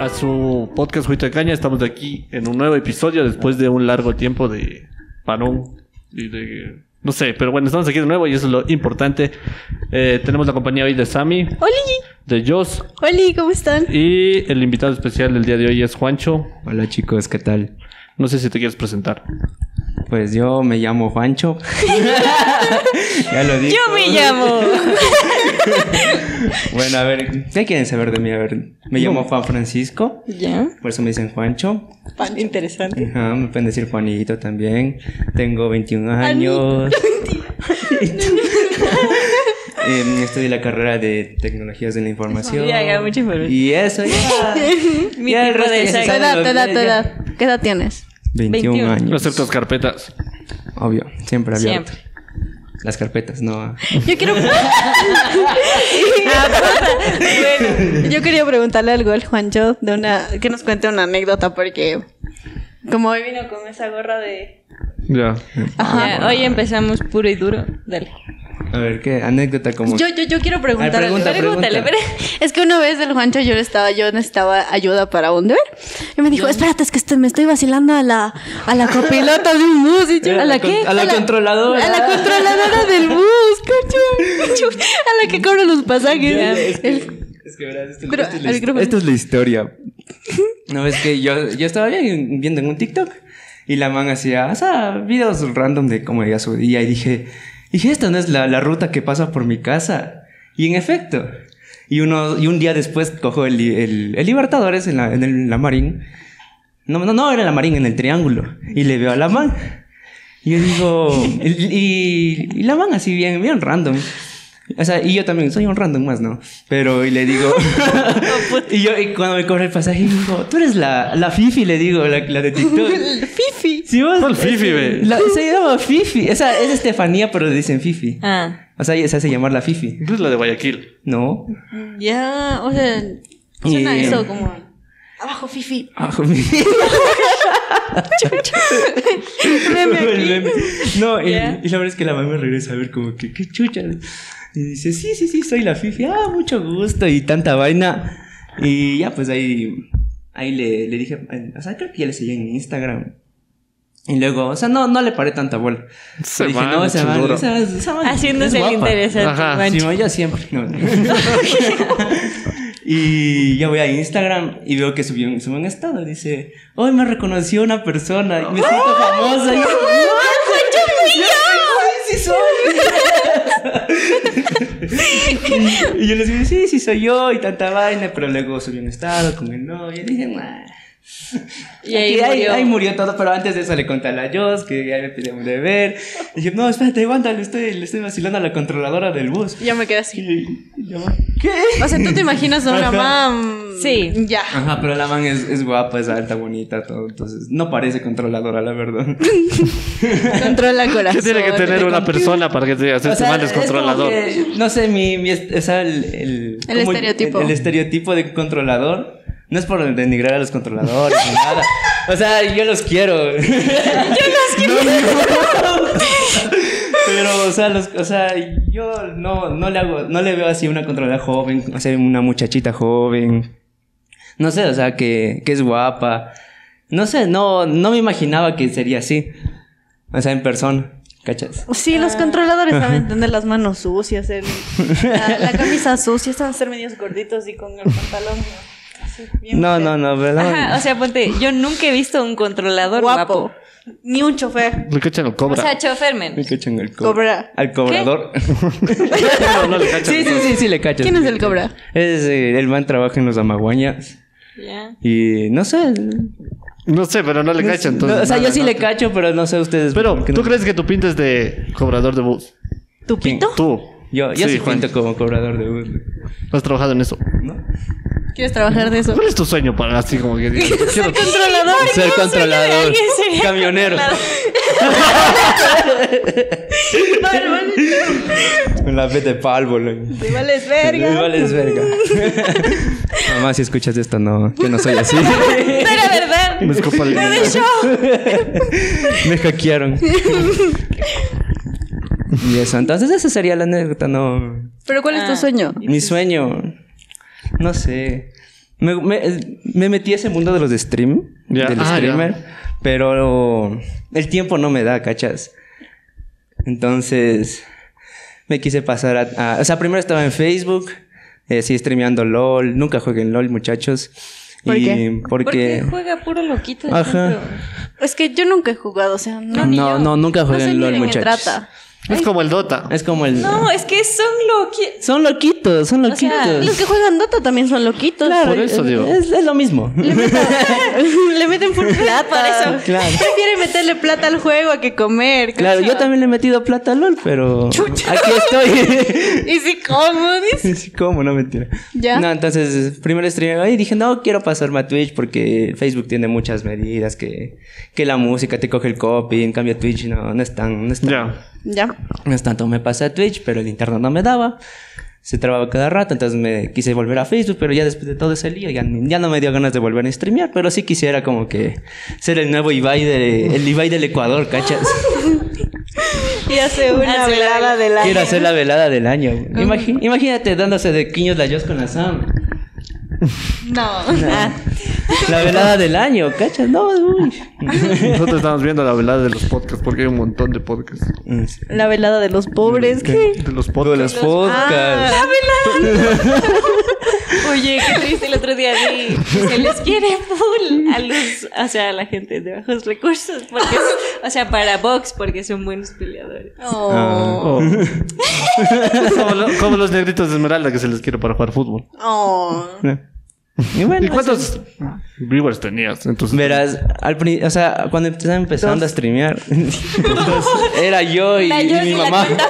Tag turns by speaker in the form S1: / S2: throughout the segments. S1: a su podcast Juito de Caña. Estamos de aquí en un nuevo episodio después de un largo tiempo de parón y de... No sé, pero bueno, estamos aquí de nuevo y eso es lo importante. Eh, tenemos la compañía hoy de Sammy,
S2: ¡Oli!
S1: de Joss
S2: ¡Oli! ¿Cómo están?
S1: y el invitado especial del día de hoy es Juancho.
S3: Hola chicos, ¿qué tal?
S1: No sé si te quieres presentar.
S3: Pues yo me llamo Juancho. ya lo dije.
S2: Yo me llamo.
S3: Bueno, a ver, ¿qué quieren saber de mí? A ver, me llamo Juan Francisco,
S2: ¿Ya?
S3: por eso me dicen Juancho.
S2: Pan interesante.
S3: Ajá, me pueden decir Juanito también. Tengo 21 años. Em, estudié la carrera de Tecnologías de la Información.
S4: Ya, ya, mucha información.
S3: Y eso, ya.
S4: Mi
S3: Ya, el
S4: tipo
S3: resto
S4: de
S3: ya se
S4: sangre.
S2: ¿Qué
S3: sabe.
S2: edad, tu edad, tu edad? ¿Qué edad tienes?
S3: 21,
S4: 21.
S1: No
S3: años.
S1: aceptas carpetas.
S3: Obvio, siempre había.
S4: Siempre.
S3: Las carpetas, no.
S2: Yo quiero. Yo quería preguntarle algo al Juancho de una que nos cuente una anécdota porque como hoy vino con esa gorra de
S1: Ya.
S2: Ajá.
S4: Ya, hoy empezamos puro y duro. Dale.
S3: A ver, ¿qué anécdota como
S2: Yo, yo, yo quiero preguntar.
S3: Ay, pregunta,
S2: algo.
S3: pregúntale,
S4: pregúntale.
S2: Es que una vez el Juancho yo le estaba, yo necesitaba ayuda para un deber. Y me dijo, espérate, es que este- me estoy vacilando a la, a la copilota de un bus. Y yo,
S3: Eh,
S2: ¿a la
S3: con-
S2: qué?
S3: a la controladora.
S2: A la controladora del bus, cacho. Cacho, A la que cobra los pasajes. El-
S3: Es que verás, esto,
S2: Pero,
S3: esto es,
S2: al
S3: la, his-
S2: micrófono.
S3: esto es la historia. No, es que yo, yo estaba bien- viendo en un TikTok y la man hacía o sea, videos random de cómo era su día y dije, dije, esta no es la, la ruta que pasa por mi casa. Y en efecto, y, uno, y un día después cojo el, li- el- el Libertadores en la, en el- la Marín. No, no, no, era la Marín, en el Triángulo. Y le veo a la man. Y yo digo, y, y- y la man así bien, bien random. O sea, y yo también soy un random más, ¿no? Pero, y le digo. y yo, y cuando me cobra el pasaje, digo, tú eres la, la Fifi, le digo, la, la de TikTok.
S2: el Fifi.
S3: Si vos-
S1: ¿Cuál Fifi, ve?
S3: La- se llama Fifi. O sea, es Estefanía, pero le dicen Fifi.
S4: Ah.
S3: O sea, ella se hace llamar la Fifi.
S1: Es la de Guayaquil.
S3: No.
S2: Ya, o sea, suena
S3: Y-
S2: eso como. Abajo, Fifi.
S3: Ah, mi- El meme. No, y,
S4: Ya.
S3: y la verdad es que la mamá me regresa a ver como que, qué chucha. Y dice, sí, sí, sí, soy la Fifi. Ah, mucho gusto y tanta vaina. Y ya, pues ahí, ahí le, le dije, eh, o sea, creo que ya le seguí en Instagram. Y luego, o sea, no, no le paré tanta bola.
S1: Se
S3: Le dije,
S1: va,
S3: no, esa man-
S1: chunduro.
S3: esa- esa man
S4: Haciéndose
S3: es
S4: el ¿eh?
S3: guapa".
S4: interesante.
S1: Ajá,
S4: Juancho.
S3: Sí, no, yo siempre. No. y ya voy a Instagram y veo que subió, un- subió un estado. Dice, hoy me reconoció una persona y me siento famosa. Y yo, ¡Sí, sí soy! y yo les dije, sí, sí soy yo y tanta vaina, pero luego subí un estado con el novio y dije, "Nah".
S4: Y ahí
S3: Aquí,
S4: murió.
S3: ahí murió todo, pero antes de eso le conté a la Joss que ya me pidió un deber. Y dije, no, espérate, aguanta, le estoy, le estoy vacilando a la controladora del bus.
S2: Ya me quedé así.
S3: Y yo, ¿Qué?
S2: O sea, tú te imaginas a una mam.
S4: Sí.
S2: mm, Ya.
S3: Ajá, pero la man es, es guapa, es alta, bonita, todo. Entonces, no parece controladora, la verdad.
S2: Controla el corazón.
S1: ¿Qué tiene que tener
S2: te
S1: una
S2: controla.
S1: persona para que te digas, este man es
S3: como
S1: controlador?
S3: que, no sé, mi, mi est- o sea, el, el,
S2: El
S3: como
S2: estereotipo.
S3: El, el estereotipo de controlador. No es por denigrar a los controladores ni nada. O sea, yo los quiero. yo los quiero. Pero, o sea, los, o sea, yo no, no le hago, no le veo así una controladora joven, o sea, una muchachita joven. No sé, o sea, que, que es guapa. No sé, no, no me imaginaba que sería así. O sea, en persona, ¿cachas?
S2: Sí, los controladores saben tener las manos sucias, el- la, la camisa sucia, saben ser medios gorditos y con el pantalón así bien
S3: No,
S2: feo.
S3: no, no, ¿verdad?
S4: Ajá, o sea, ponte, yo nunca he visto un controlador guapo.
S2: Guapo. Ni un chofer.
S1: Le cachan el
S4: O
S1: cobra.
S4: sea, chofer men.
S3: Me cachan el
S2: Cobra.
S3: Al cobrador.
S1: no, no le cachan.
S3: sí, sí, sí, sí, le cachas.
S2: ¿Quién es el cobra?
S3: Es, eh, el man trabaja en los amaguañas.
S4: Ya.
S3: Y no sé.
S1: No sé, pero no le cachan. entonces
S3: No, o sea,
S1: nada,
S3: yo sí
S1: no
S3: le
S1: te-
S3: cacho, pero no sé ustedes.
S1: Pero,
S3: ¿por qué
S1: ¿tú
S3: no?
S1: crees que tú pintes de cobrador de bus?
S2: ¿Tu
S3: ¿Quién?
S2: pito?
S1: Tú.
S3: Yo, yo sí,
S1: Juan.
S3: pinto como cobrador de bus.
S1: Has trabajado en eso.
S3: ¿No?
S2: ¿Quieres trabajar de eso?
S1: ¿Cuál es tu sueño para así como que digas, quiero-
S2: Controlador.
S3: Ser controlador.
S4: alguien sería
S3: Camionero. Con la fe de palvo, loco.
S2: Te vales verga.
S3: Me vales verga. Mamá, si escuchas esto, no. Yo no soy así.
S4: No era verdad.
S1: Me escopa el-
S3: Me hackearon. Y eso, entonces esa sería la anécdota, no.
S2: Ah. ¿Pero cuál es tu
S4: Ah.
S2: sueño?
S3: Mi sueño. No sé. Me, me- me metí a ese mundo de los de stream,
S1: Ya.
S3: del
S1: Ah, ya.
S3: streamer, pero el tiempo no me da, ¿cachas? Entonces me quise pasar a, a- O sea, primero estaba en Facebook, eh, sí, streameando LOL. Nunca jueguen LOL, muchachos.
S2: ¿Por
S3: y
S2: qué?
S3: Porque...
S4: Porque juega puro loquito. de
S3: Ajá.
S4: ejemplo.
S2: Es que yo nunca he jugado, o sea, no.
S4: No, ni yo.
S3: No, no, nunca jueguen
S2: no sé ni
S3: LOL,
S2: de qué
S3: muchachos.
S2: trata.
S1: Es como el Dota.
S3: Es como el...
S4: No, es que son loquitos.
S3: Son loquitos, son
S4: O sea,
S3: loquitos.
S2: Los que juegan Dota también son loquitos.
S3: Claro,
S1: Por eso
S3: es-
S1: digo.
S3: Es, es lo mismo.
S2: Le meten full plata.
S4: Para
S3: eso. Claro.
S2: Prefiere meterle plata al juego a que comer.
S3: Claro, yo también le he metido plata a LOL, pero aquí estoy.
S2: ¿Y si cómo? dice?
S3: Sí, ¿Cómo? No, mentira.
S2: Ya.
S3: No, entonces, primero streamé ahí y dije, no, quiero pasarme a Twitch porque Facebook tiene muchas medidas que, que la música te coge el copy, en cambio Twitch no, no es tan... No es, tan-
S1: Ya.
S2: Ya.
S3: no es tanto, me pasé a Twitch, pero el internet no me daba. Se trababa cada rato, entonces me quise volver a Facebook, pero ya después de todo ese lío ya, ya no me dio ganas de volver a streamear, pero sí quisiera como que ser el nuevo Ibai, de, el Ibai del Ecuador, ¿cachas?
S2: Y hace una
S4: Hace la
S2: velada de la.
S3: Quiero hacer la velada del año. güey. Imagi- imagínate dándose de quiños la Joss con la Sam.
S2: No.
S3: La velada del año, ¿cachas? No, uy.
S1: Nosotros estamos viendo la velada de los podcasts porque hay un montón de podcasts.
S2: La velada de los pobres. ¿Qué?
S1: De los
S3: Todos los
S1: podcasts.
S3: podcasts.
S2: Ah,
S4: Oye, qué triste el otro día vi que se les quiere full a los, o sea, a la gente de bajos recursos, porque es- o sea, para Vox, porque son buenos peleadores.
S2: Oh.
S1: Oh. como, lo- como los negritos de Esmeralda que se les quiere para jugar fútbol.
S2: Oh.
S3: Y
S1: ¿Y
S3: bueno,
S1: cuántos viewers tenías? Entonces,
S3: verás, al pri- o sea, cuando estaba empezando a streamear, era yo y,
S4: La
S3: y
S4: Joss
S3: mi
S4: y la
S3: mamá.
S4: cuenta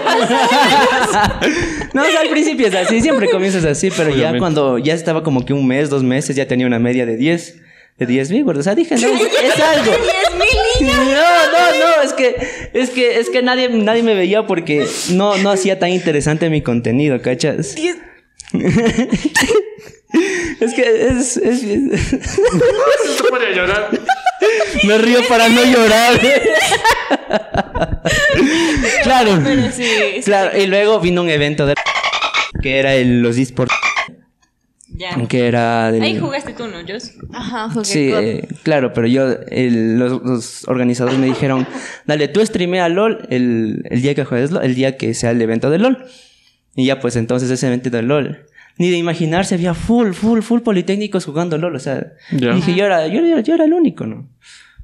S3: no, o sea, al principio es así, siempre comienzas así, pero
S1: Obviamente.
S3: ya cuando ya estaba como que un mes, dos meses, ya tenía una media de 10. De 10 viewers, o sea, dije, no, es algo. No, no, no, es que, es que, es que nadie, nadie me veía porque no, no hacía tan interesante mi contenido, ¿cachas? es que es, es- es-
S1: se pone a llorar.
S3: me río para no llorar. ¿eh? claro,
S4: Pero sí, sí,
S3: claro. Y luego vino un evento de que era el, los esports,
S4: ya.
S3: que era del-
S4: Ahí jugaste tú, ¿no, Joss?
S2: Ajá, jugué
S3: Sí,
S2: con-
S3: eh, claro, pero yo, el- los, los organizadores me dijeron, dale, tú streamea LOL el, el día que juegues LOL, el día que sea el evento de LOL. Y ya, pues entonces ese evento de LOL. Ni de imaginarse, había full, full, full politécnicos jugando LOL. O sea,
S1: Ya.
S3: dije, yo era, yo, era- yo era el único, ¿no?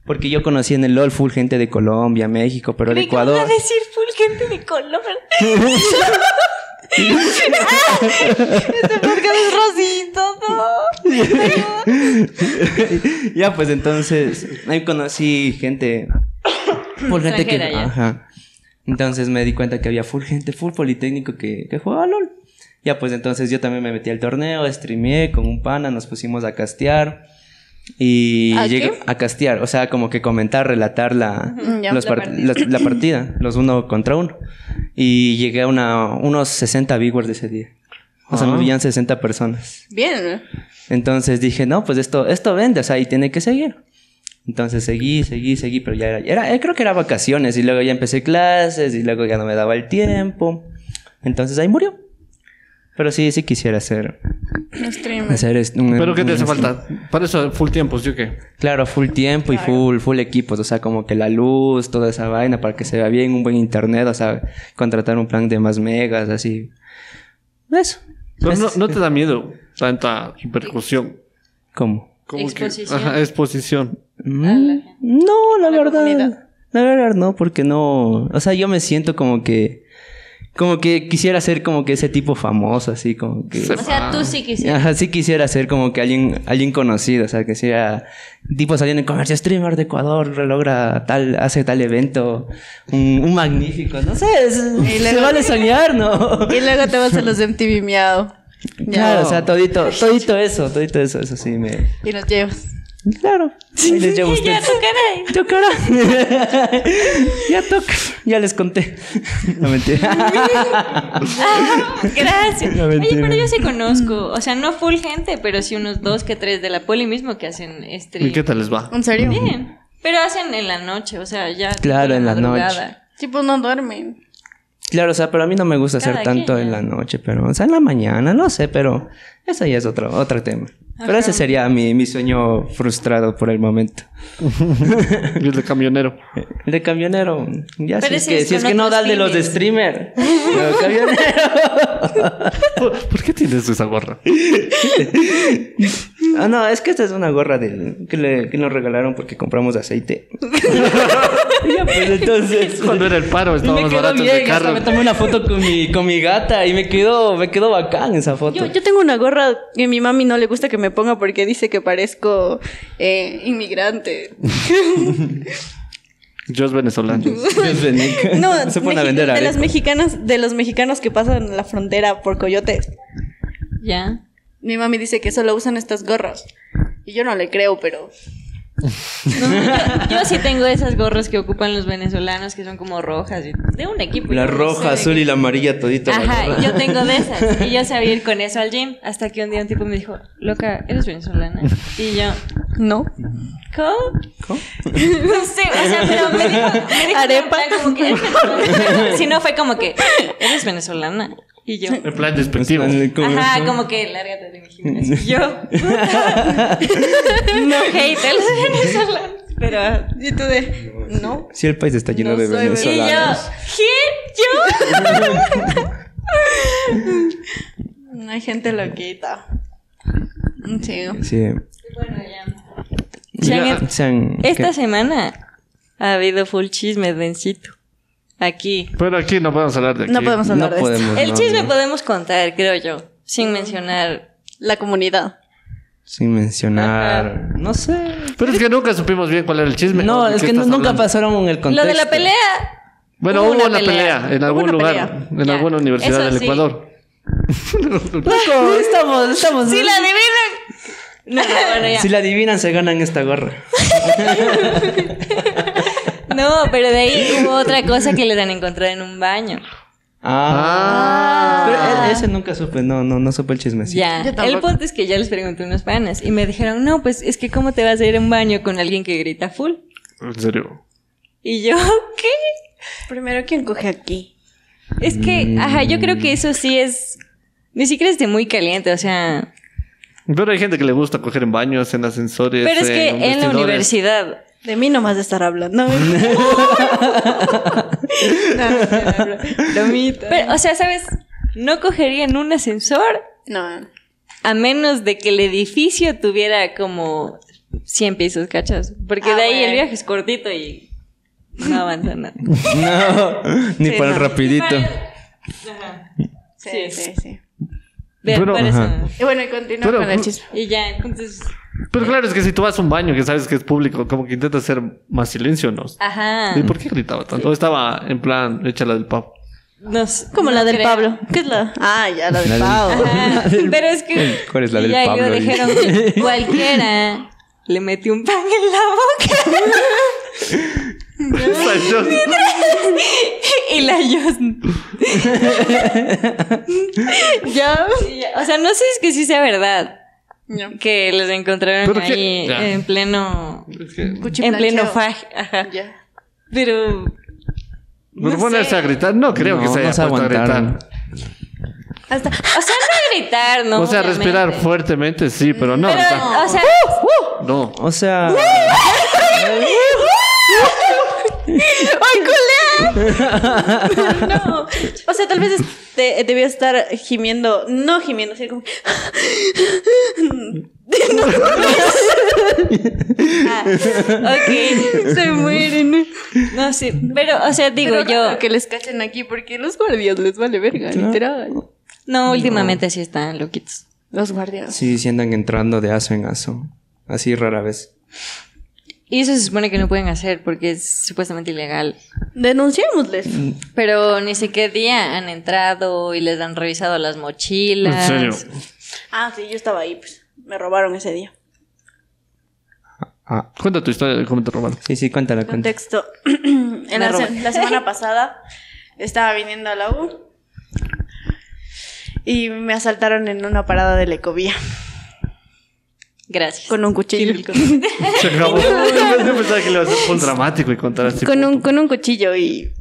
S3: Porque yo conocí en el LOL full gente de Colombia, México, pero de
S4: Me iba a
S3: Ecuador.
S4: decir full gente de color.
S2: Este podcast es rosito, no.
S3: ya, pues entonces, ahí conocí gente. Full gente que.
S4: Extranjera ya.
S3: Ajá. Entonces me di cuenta que había full gente, full politécnico que, que jugaba LOL. Ya, pues entonces yo también me metí al torneo, streameé con un pana, nos pusimos a castear. Y
S2: ¿A
S3: llegué
S2: qué?
S3: a castear, o sea, como que comentar, relatar la,
S2: Ujú, ya.
S3: los
S4: La
S3: par- los- la partida, los uno contra uno. Y llegué a una, unos 60 viewers de ese día. O sea,
S1: Ah.
S3: me veían 60 personas.
S2: Bien.
S3: Entonces dije, no, pues esto, esto vende, o sea, y tiene que seguir. Entonces seguí, seguí, seguí, pero ya era, era- eh, creo que era vacaciones y luego ya empecé clases y luego ya no me daba el tiempo. Entonces ahí murió. Pero sí, sí quisiera hacer,
S2: No streamer.
S3: hacer est- un-
S1: ¿Pero qué te
S3: un-
S1: hace falta? Para eso, full tiempo, ¿sí o qué?
S3: Claro, full tiempo y full, full equipos, o sea, como que la luz, toda esa vaina para que se vea bien, un buen internet, o sea, contratar un plan de más megas, así. Eso.
S1: Pero no,
S3: Pues Es-
S1: no te da miedo tanta repercusión.
S3: ¿Cómo?
S1: Como que-
S4: Exposición.
S1: ajá, exposición.
S3: Mm, No, la
S2: a la
S3: verdad.
S2: comunidad.
S3: La verdad no, porque no. O sea, yo me siento como que. Como que quisiera ser como que ese tipo famoso, así como que.
S1: Se-
S4: O sea, tú sí quisieras.
S3: Ajá, sí quisiera ser como que alguien, alguien conocido, o sea, que sea tipo saliendo en comercio, streamer de Ecuador, logra tal, hace tal evento, un, un magnífico, no sé, es- se
S2: luego-
S3: vale soñar, ¿no?
S2: Y luego te vas a los MTV Miau. Ya.
S3: Claro, o sea, todito, todito eso, todito eso, eso sí me...
S2: Y los llevas.
S3: Claro, ahí les llevo a
S4: Ya,
S3: ustedes.
S4: tu cara.
S3: Tocará. ya toca. Ya les conté. No mentira.
S4: Ah, gracias.
S3: No,
S4: Oye,
S3: mentira.
S4: pero yo sí conozco. O sea, no full gente, pero sí unos dos que tres de la poli mismo que hacen
S1: ¿Y
S4: stream.
S1: qué tal les va?
S2: ¿En serio?
S4: Bien. Pero hacen en la noche, o sea, ya.
S3: Claro, en la noche.
S2: Tipo, no pues duermen.
S3: Claro, o sea, pero a mí no me gusta hacer
S4: Cada
S3: tanto
S4: quien,
S3: en
S4: ¿no?
S3: la noche, pero, o sea, en la mañana, no sé, pero eso ya es otro, otro tema. Pero ese sería mi, mi sueño frustrado por el momento.
S1: Y el de camionero.
S3: El de camionero, ya
S4: Pero
S3: si es
S4: ese
S3: que,
S4: es
S3: si es
S4: con
S3: que no
S4: otros
S3: da el de los de
S4: fines.
S3: streamer. Pero camionero.
S1: ¿Por, por qué tienes esa gorra?
S3: Ah, no, es que esta es una gorra del, que, le- que nos regalaron porque compramos aceite. ya, pues entonces...
S1: Cuando era el paro,
S3: Y me
S1: estábamos
S3: quedó
S1: baratos de
S3: bien, hasta
S1: carro.
S3: me tomé una foto con mi, con mi gata y me quedó, me quedó bacán esa foto.
S2: Yo, yo tengo una gorra que mi mami no le gusta que me ponga porque dice que parezco eh, inmigrante.
S1: Yo es venezolano.
S3: Dios bendiga.
S2: No,
S3: se pone a
S2: mexi-
S3: vender
S2: de las
S3: arepas.
S2: mexicanas, de los mexicanos que pasan la frontera por Coyote.
S4: Ya.
S2: Mi mami dice que solo usan estas gorras. Y yo no le creo, pero
S4: Yo sí tengo esas gorras que ocupan los venezolanos que son como rojas. y- De un equipo.
S3: La
S4: yo no sé de
S3: roja, azul
S4: qué-
S3: y la amarilla todito.
S4: Ajá, yo tengo de esas. Y yo sabía ir con eso al gym. Hasta que un día un tipo me dijo, loca, eres venezolana. Y yo,
S2: no.
S4: ¿cómo? No sé, o sea, pero me dijo, me dijo
S2: Arepa.
S4: en plan como que eres venezolana. Si no, fue como que, eres venezolana. Y yo,
S1: En plan despectivo.
S4: ajá, como que lárgate de mi gimnasio. Y Yo, no hate a los venezolanos. Pero
S2: Y tú de, no.
S3: Sí, el país está lleno
S2: No
S3: de
S2: soy
S4: Y yo,
S3: venezolanos.
S4: ¿qué? ¿Yo?
S2: No hay gente loquita. Sí.
S3: Sí.
S4: Bueno, ya.
S3: Se
S4: Ya,
S3: han- se han-
S4: Esta
S3: ¿qué?
S4: semana ha habido full chisme, Dencito. Aquí.
S1: Pero aquí no podemos hablar de aquí.
S2: No podemos
S3: No
S2: hablar de esto.
S3: podemos.
S4: El
S3: Pues no,
S4: chisme
S3: no.
S4: podemos contar, creo yo, sin mencionar.
S2: La comunidad.
S3: Sin mencionar. No sé.
S1: Pero es que nunca supimos bien cuál era el chisme.
S3: No,
S1: ¿De qué
S3: es que
S1: estás
S3: nunca
S1: hablando?
S3: pasaron el contexto.
S4: Lo de la pelea.
S1: Bueno,
S4: Hubo
S1: hubo
S4: una
S1: una pelea,
S4: pelea.
S1: en algún
S2: una
S1: lugar, en
S4: Ya.
S1: alguna universidad
S4: Eso
S1: del
S4: sí.
S1: Ecuador.
S3: Loco, estamos, estamos.
S4: Si la adivinan. No, no, bueno, ya.
S3: Si la adivinan, se ganan esta gorra.
S4: No, pero de ahí hubo otra cosa que le han encontrado en un baño.
S1: Ah.
S3: Pero e- ese nunca supe, no, no, no supe el chismecito.
S4: Ya.
S2: Yo tampoco.
S4: El punto es que ya les pregunté a unos panas y me dijeron, no, pues es que cómo te vas a ir a un baño con alguien que grita full.
S1: En serio.
S4: Y yo, ¿qué?
S2: Primero, ¿quién coge aquí?
S4: Es que,
S3: Mm.
S4: ajá, yo creo que eso sí es. Ni siquiera es de muy caliente, o sea.
S1: Pero hay gente que le gusta coger en baños, en ascensores.
S4: Pero es que en la
S1: vestidores.
S4: universidad.
S2: De mí nomás de estar hablando. No, no, no, bromita.
S4: Pero, o sea, ¿sabes? No cogería en un ascensor
S2: No.
S4: a menos de que el edificio tuviera como 100 pisos, ¿cachas? Porque
S2: Ah,
S4: de ahí el
S2: bueno.
S4: viaje es cortito y no avanza nada.
S3: No, ni
S2: Sí,
S3: para el
S2: no.
S3: rapidito.
S4: Ajá.
S2: Sí, sí, sí.
S4: Ve,
S1: Pero-
S4: por eso.
S3: Ajá.
S2: Y bueno, y continúa
S1: Pero-
S2: con el chisme.
S4: Y ya, entonces.
S1: Pero claro, es que si tú vas a un baño que sabes que es público, como que intentas hacer más silencio, ¿no?
S4: Ajá.
S1: ¿Y por qué gritaba tanto? O estaba en plan, échala del papo.
S4: No s-
S2: Como
S4: no
S2: la del
S4: creo.
S2: Pablo. ¿Qué es la? Ah, ya, la del
S3: La del-
S2: Pablo.
S4: Ajá. Pero es que.
S3: ¿Cuál es la del
S4: y ya luego
S3: Pablo?
S4: dijeron que cualquiera le metió un pan en la boca.
S1: Esa yo-
S4: y la Justin.
S2: Ya.
S4: Y ya, O sea, no sé si es que sí sea verdad.
S2: Ya.
S4: Que los encontraron
S1: Pero qué-
S4: ahí
S1: Ya.
S4: en pleno.
S1: Es que-
S4: En pleno
S2: Cuchiplancheo.
S4: fag. Ajá.
S2: Ya.
S4: Pero.
S1: Pero
S4: no
S1: ponerse
S4: sé.
S1: a gritar, no creo
S3: No,
S1: que se haya
S3: no se
S1: puesto a
S3: aguantaron.
S1: gritar.
S2: Hasta.
S4: O sea, no gritar, ¿no?
S1: o sea,
S4: Obviamente.
S1: respirar fuertemente, sí, pero no.
S4: Pero,
S1: gritar. ¡Uh!
S4: o sea, ¡Uh!
S1: No.
S3: O sea.
S2: No. O sea, tal vez este, debía estar gimiendo. No gimiendo, sino como.
S4: Ah, ok.
S2: Se mueren.
S4: No sé. Pero, o sea, digo
S2: Pero
S4: yo.
S2: raro que les cachen aquí porque los guardias les vale verga,
S3: Claro.
S2: literal.
S4: No, últimamente sí están loquitos.
S2: Los guardias.
S3: Sí, sí andan entrando de aso en aso. Así rara vez.
S4: Y eso se supone que no pueden hacer porque es supuestamente ilegal.
S2: Denunciémosles.
S4: Pero ni sé qué día han entrado y les han revisado las
S1: En
S4: mochilas.
S1: serio.
S2: Ah, sí, yo estaba ahí, pues. Me robaron ese día.
S3: Ah,
S1: Cuenta tu historia de cómo te robaron.
S3: sí, sí, cuéntala, cuéntala.
S2: Contexto. En la,
S4: roban.
S2: se- la semana pasada estaba viniendo a la U y me asaltaron en una parada de la Ecovía
S4: Gracias.
S2: con un cuchillo.
S1: Se acabó. Yo pensaba que le iba a ser full dramático y contar así.
S2: Con un, con un cuchillo y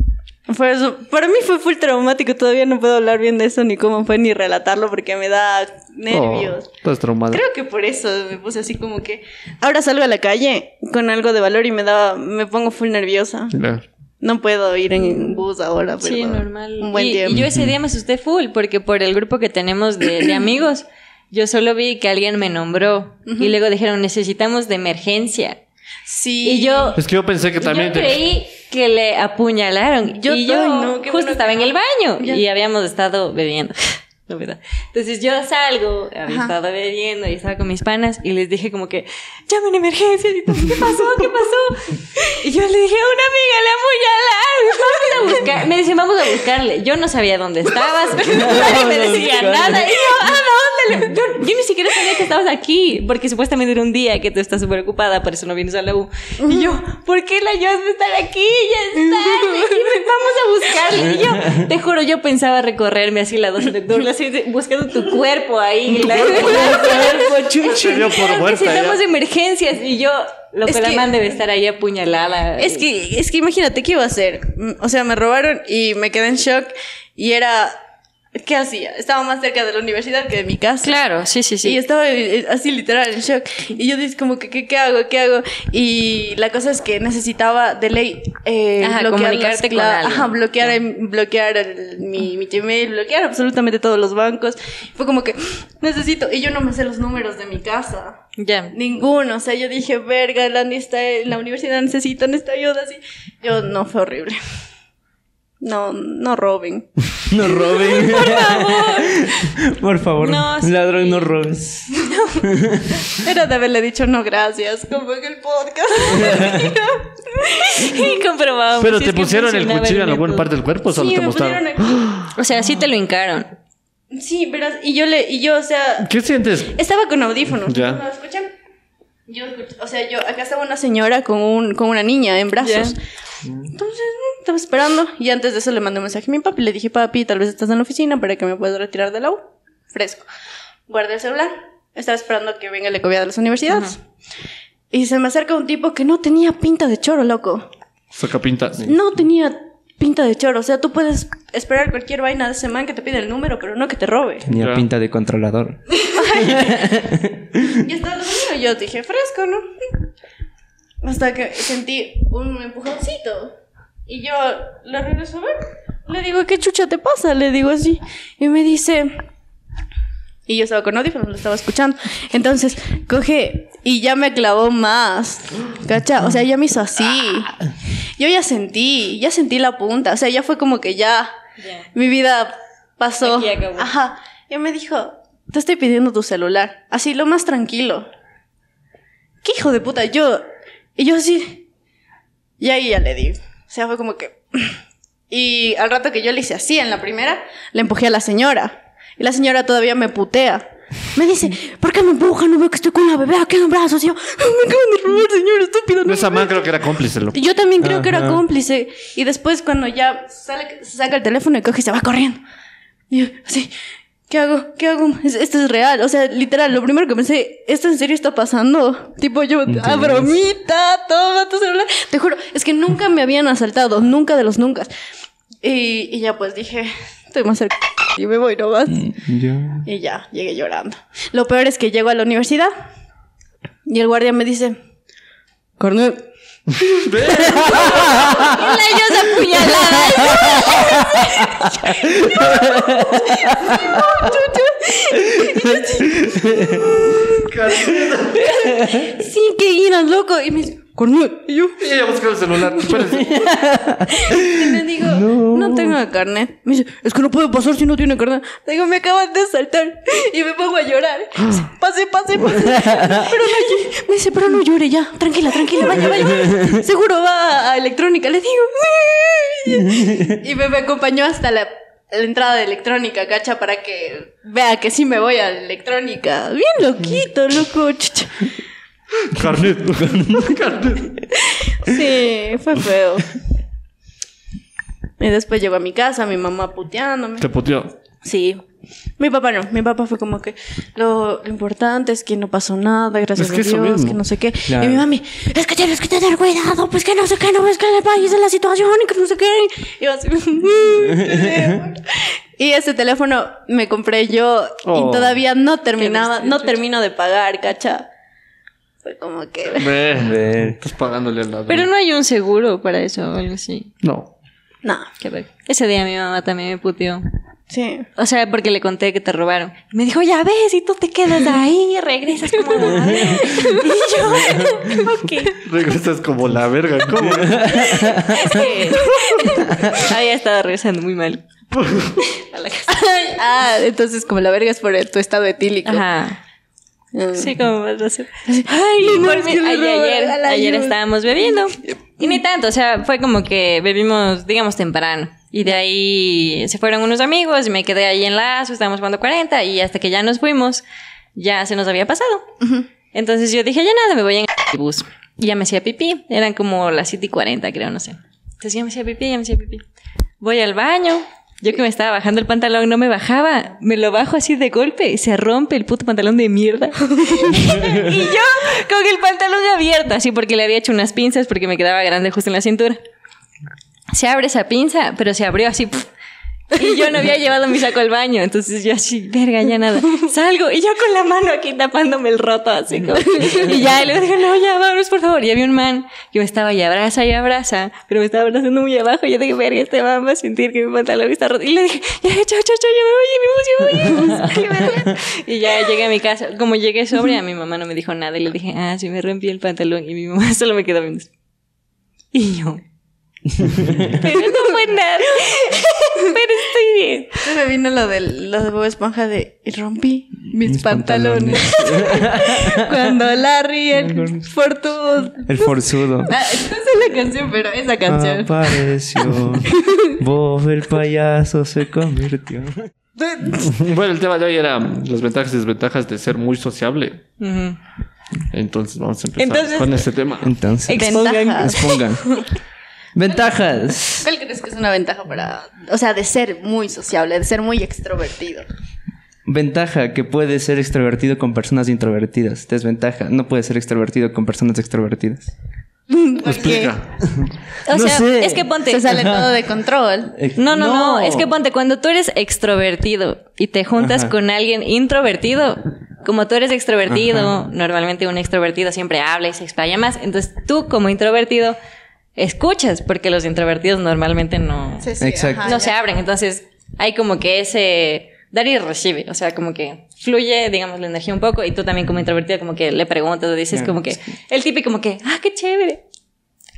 S2: Fue eso- para mí fue full traumático. Todavía no puedo hablar bien de eso ni cómo fue ni relatarlo porque me da nervios.
S1: Oh, estás traumada.
S2: Creo que por eso me puse así como que ahora salgo a la calle con algo de valor y me da me pongo full nerviosa.
S1: Claro.
S2: No puedo ir en bus ahora, pero
S4: Sí, normal.
S2: Ah, Un buen
S4: y,
S2: tiempo.
S4: y yo ese día me asusté full porque por el grupo que tenemos de, de amigos, yo solo vi que alguien me nombró y luego dijeron necesitamos de emergencia.
S2: sí.
S4: Y yo,
S1: Es que yo pensé que también...
S4: yo
S1: te-
S4: creí que le apuñalaron
S2: Yo
S4: y yo
S2: también, no,
S4: justo
S2: qué bueno que
S4: estaba en
S2: no.
S4: el baño
S2: Ya.
S4: y habíamos estado bebiendo. La verdad. Entonces yo salgo, había
S2: Ajá.
S4: estado bebiendo y estaba con mis panas y les dije como que llamen a emergencia y todo, ¿qué pasó? ¿Qué pasó? Y yo le dije a una amiga, le apuñalaron, vamos a buscar. Me dicen, vamos a buscarle. Yo no sabía dónde estabas, nadie me decía nada. Y yo, ¿a dónde? le- Yo, yo ni siquiera sabía que estabas aquí, porque supuestamente era un día que tú estás súper ocupada, por eso no vienes a la U. Y yo, ¿por qué la Joss de estar aquí? Ya está, vamos a buscarle. Y yo, te juro, yo pensaba recorrerme así la 12 de octubre, así de- buscando tu cuerpo ahí. y la-
S1: Se dio por
S4: Claro que
S1: muerta
S4: si
S1: ya.
S4: estamos de emergencias y yo, lo
S2: Es
S4: que la
S2: que-
S4: man debe estar ahí apuñalada.
S2: Es que, es que imagínate, ¿qué iba a hacer? Mm, O sea, me robaron y me quedé en shock y era... ¿Qué hacía? Estaba más cerca de la universidad que de mi casa.
S4: Claro, sí, sí, sí.
S2: Y estaba eh, así literal en shock. Y yo dije como que, ¿qué, qué hago? ¿Qué hago? Y la cosa es que necesitaba de ley eh,
S4: Ajá,
S2: bloquear
S4: comunicarte
S2: las cla-
S4: con alguien.
S2: Ajá, bloquear, em, bloquear el- mi, mi Gmail, bloquear absolutamente todos los bancos. Fue como que necesito. Y yo no me sé los números de mi casa.
S4: Ya.
S2: Ninguno, o sea, yo dije, verga, la, está en la universidad necesitan esta ayuda, así. Yo, no, fue horrible. No, no roben.
S3: No roben. Por favor. Por favor.
S4: No, sí.
S3: Ladrón, no robes.
S2: Era de haberle dicho no gracias, como en el podcast.
S4: Y comprobamos.
S1: Pero
S4: si
S1: te
S4: es que
S1: pusieron el
S4: funcionaba
S1: cuchillo en
S4: método.
S1: alguna parte del cuerpo o solo
S2: Sí,
S1: te
S2: me
S1: mostraron.
S2: pusieron aquí.
S4: O sea, sí te lo hincaron.
S2: Sí, verás, y yo le, y yo, o sea,
S1: ¿Qué sientes?
S2: estaba con audífonos.
S1: Ya.
S2: ¿Me escuchan? Yo escucho- o sea, yo, acá estaba una señora con, un, con una niña en brazos.
S4: Ya.
S2: Entonces, mm, estaba esperando. Y antes de eso le mandé un mensaje a mi papi. Le dije, papi, tal vez estás en la oficina para que me puedas retirar de la U. Fresco. Guardé el celular. Estaba esperando que venga la ecovía de las universidades. Y se me acerca un tipo que no tenía pinta de choro, loco.
S1: Saca pinta. Sí.
S2: No tenía pinta de choro. O sea, tú puedes esperar cualquier vaina de ese man que te pide el número, pero no que te robe.
S3: Tenía
S1: Ya.
S3: pinta de controlador.
S2: Y estaba dormido. Yo dije, fresco, ¿no? Hasta que sentí un empujoncito. Y yo le regreso a ver. Le digo, ¿qué chucha te pasa? Le digo así. Y me dice. Y yo estaba con audífonos, lo estaba escuchando. Entonces, coge y ya me clavó más. ¿Cacha? O sea, ya me hizo así. Yo ya sentí, ya sentí la punta. O sea, ya fue como que ya.
S4: Ya.
S2: Mi vida pasó.
S4: Aquí acabó.
S2: Ajá. Y me dijo, te estoy pidiendo tu celular. Así, lo más tranquilo. ¿Qué hijo de puta? Yo... Y yo así... Y ahí ya le di. O sea, fue como que... Y al rato que yo le hice así en la primera, le empujé a la señora. Y la señora todavía me putea. Me dice, ¿por qué me empuja? No veo que estoy con la bebé aquí en brazos. Y yo, me acaban de robar, señor, estúpido. No
S1: Esa
S2: me
S1: man creo que era cómplice, loco.
S2: yo también creo que era
S3: Ajá.
S2: cómplice. Y después cuando ya sale, se saca el teléfono y coge y se va corriendo. Y yo, así, ¿qué hago? ¿Qué hago? Es- Esto es real. O sea, literal, lo primero que pensé, ¿esto en serio está pasando? Tipo, yo, ah, bromita, toma tu celular. Te juro, es que nunca me habían asaltado, nunca de los nunca. Y, y ya pues dije, estoy más cerca. Y me voy nomás.
S3: Yo.
S2: Y ya, llegué llorando. Lo peor es que llego a la universidad y el guardia me dice, Cornel,
S4: La yo apuñalada.
S2: Sí, que iras, loco. Y me dice, Cornel. Y yo,
S1: Y ella buscó el celular. espérense.
S2: y le digo,
S3: No.
S2: no. tengo carnet. Me dice, es que no puede pasar si no tiene carnet. Le digo, me acaban de saltar. Y me pongo a llorar. Dice, Pase, pase, pase. Pero no, lle- me dice, pero no llore ya. Tranquila, tranquila, vaya, vaya. vaya. Seguro va a electrónica. Le digo, sí. Y me, me acompañó hasta la, la entrada de electrónica, cacha, para que vea que sí me voy a electrónica. Bien loquito, loco. chucha.
S1: Carnet. Carnet.
S2: Sí, fue feo. Y después llegó a mi casa, mi mamá puteándome.
S1: Te puteó.
S2: Sí. Mi papá no, mi papá fue como que lo, lo importante es que no pasó nada, gracias
S1: Es que
S2: a
S1: eso
S2: Dios,
S1: mismo.
S2: que no sé qué.
S3: Claro.
S2: Y mi mami, es que tienes que tener cuidado, pues que no sé qué, no ves que en el país es la situación y que no sé qué. Y yo así, "Mm". Y ese teléfono me compré yo
S1: Oh.
S2: y todavía no terminaba, no termino de pagar, cacha. Fue como que...
S1: Ve, estás pagándole al lado.
S4: Pero no hay un seguro para eso o algo así.
S1: No.
S2: No,
S4: Qué ver. Ese día mi mamá también me puteó.
S2: sí.
S4: O sea, porque le conté que te robaron. Me dijo, ya ves, y tú te quedas ahí y regresas como la madre". Y yo, ok.
S1: Regresas como la verga. ¿Cómo?
S4: Había estado regresando muy mal. A la casa.
S2: ah, entonces como la verga es por el- tu estado etílico.
S4: Ajá.
S2: Mm.
S4: Sí, como más razón. Ay, por
S2: es
S4: mí-
S2: que le
S4: ay,
S2: robaron
S4: ayer,
S2: a la
S4: ayer
S2: Yus.
S4: estábamos bebiendo. Y ni tanto, o sea, fue como que bebimos, digamos, temprano. Y de ahí se fueron unos amigos y me quedé ahí en lazo, estábamos jugando 40 y hasta que ya nos fuimos, ya se nos había pasado. Entonces yo dije, ya nada, me voy en el bus. Y ya me hacía pipí, eran como las 7 y 40, creo, no sé. Entonces ya me hacía pipí, ya me hacía pipí. Voy al baño. Yo que me estaba bajando el pantalón, no me bajaba. Me lo bajo así de golpe y se rompe el puto pantalón de mierda. Y yo con el pantalón abierto, así porque le había hecho unas pinzas porque me quedaba grande justo en la cintura. Se abre esa pinza, pero se abrió así. pf, y yo no había llevado mi saco al baño, entonces yo así, verga, ya nada. Salgo y yo con la mano aquí tapándome el roto, así como. Y ya le dije, no, ya vámonos, por favor. Y había un man que me estaba y abraza y abraza, pero me estaba abrazando muy abajo. Y yo dije, verga, este man va a sentir que mi pantalón está roto. Y le dije, ya, chao, chao, chao, yo me voy, yo me voy, yo me voy. Qué verga. Y ya llegué a mi casa. Como llegué sobria, mi mamá no me dijo nada. Y le dije, ah, sí, me rompí el pantalón. Y mi mamá solo me quedó viendo. así. Y yo. Pero no fue nada. Pero estoy bien.
S2: Se me vino lo de, lo de Bob Esponja de y rompí mis, pantalones. Cuando Larry, el fortudo.
S3: El forzudo.
S2: Ah, no sé la canción, pero esa
S3: Ah,
S2: canción.
S3: pues. Apareció. Bob el payaso se convirtió.
S1: Bueno, el tema de hoy era las ventajas y desventajas de ser muy sociable. Entonces vamos a empezar
S4: Entonces-
S1: con este tema.
S3: Entonces.
S2: Ventaja.
S3: Expongan. Ventajas.
S2: ¿Cuál crees que es una ventaja para, o sea, de ser muy sociable, de ser muy extrovertido?
S3: Ventaja que puedes ser extrovertido con personas introvertidas. Desventaja, no puedes ser extrovertido con personas extrovertidas.
S2: Porque
S1: Explica.
S4: O
S3: No
S4: sea,
S3: sé.
S4: es que ponte.
S2: se sale todo de control.
S3: Eh,
S4: No, no, no, Es que ponte, cuando tú eres extrovertido y te juntas
S3: Ajá.
S4: con alguien introvertido, como tú eres extrovertido, normalmente un extrovertido siempre habla y se explaya más. Entonces tú, como introvertido, escuchas, porque los introvertidos normalmente no,
S2: Sí,
S3: Exacto.
S2: ajá,
S4: no
S2: ya.
S4: se abren. Entonces hay como que ese dar y recibe. O sea, como que fluye, digamos, la energía un poco. Y tú también, como introvertida, como que le preguntas, le dices,
S3: Claro,
S4: como que el típico, como que, ah, qué chévere.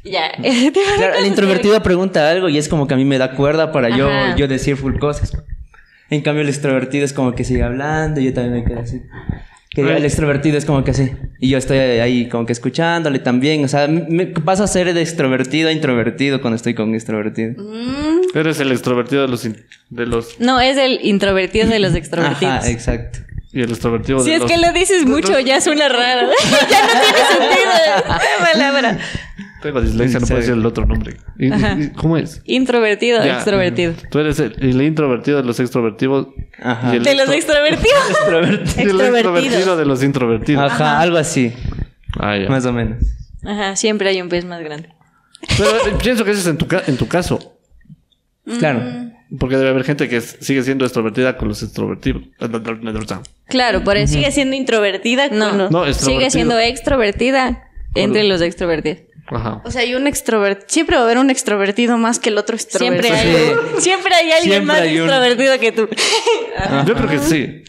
S4: Y Ya.
S3: Claro, el introvertido pregunta algo y es como que a mí me da cuerda para yo,
S4: Ajá.
S3: yo decir full cosas. En cambio, el extrovertido es como que sigue hablando y yo también me quedo así. Que
S1: Right.
S3: el extrovertido es como que así. Y yo estoy ahí como que escuchándole también. O sea, me pasa a ser de extrovertido a introvertido cuando estoy con extrovertido.
S2: Mm,
S1: Eres el extrovertido de los, in- de los
S4: No, es el introvertido de los extrovertidos.
S3: Ajá, exacto.
S1: y el extrovertido
S4: si
S1: de
S4: es
S1: los
S4: que lo dices mucho, ya suena raro. ya no tiene sentido la palabra.
S1: Tengo dislexia, no puedo decir el otro nombre. ¿Y- y-
S4: Ajá.
S1: ¿Cómo es?
S4: Introvertido,
S1: Ya. Mm.
S4: extrovertido.
S1: Tú eres el, el introvertido de los extrovertidos.
S3: Ajá.
S1: y el
S4: De los
S1: extro-
S4: extrovertidos.
S3: Extrovertido.
S1: y el extrovertido de los introvertidos.
S3: Ajá, algo así,
S1: Ah, ya.
S3: más o menos.
S4: Ajá, siempre hay un pez más grande.
S1: Pero eh, pienso que ese es en tu, ca- en tu caso.
S3: Claro.
S4: Mm.
S1: Porque debe haber gente que s- sigue siendo extrovertida con los extrovertidos.
S4: Claro, por eso.
S2: Sigue siendo introvertida.
S4: No,
S2: no.
S1: No, extrovertido.
S4: sigue siendo extrovertida entre los extrovertidos.
S1: Ajá.
S2: O sea, hay un extrovertido. Siempre va a haber un extrovertido más que el otro extrovertido.
S4: Siempre hay, siempre hay alguien
S3: Siempre
S4: más
S3: hay un-
S4: extrovertido que tú.
S1: Yo creo que sí.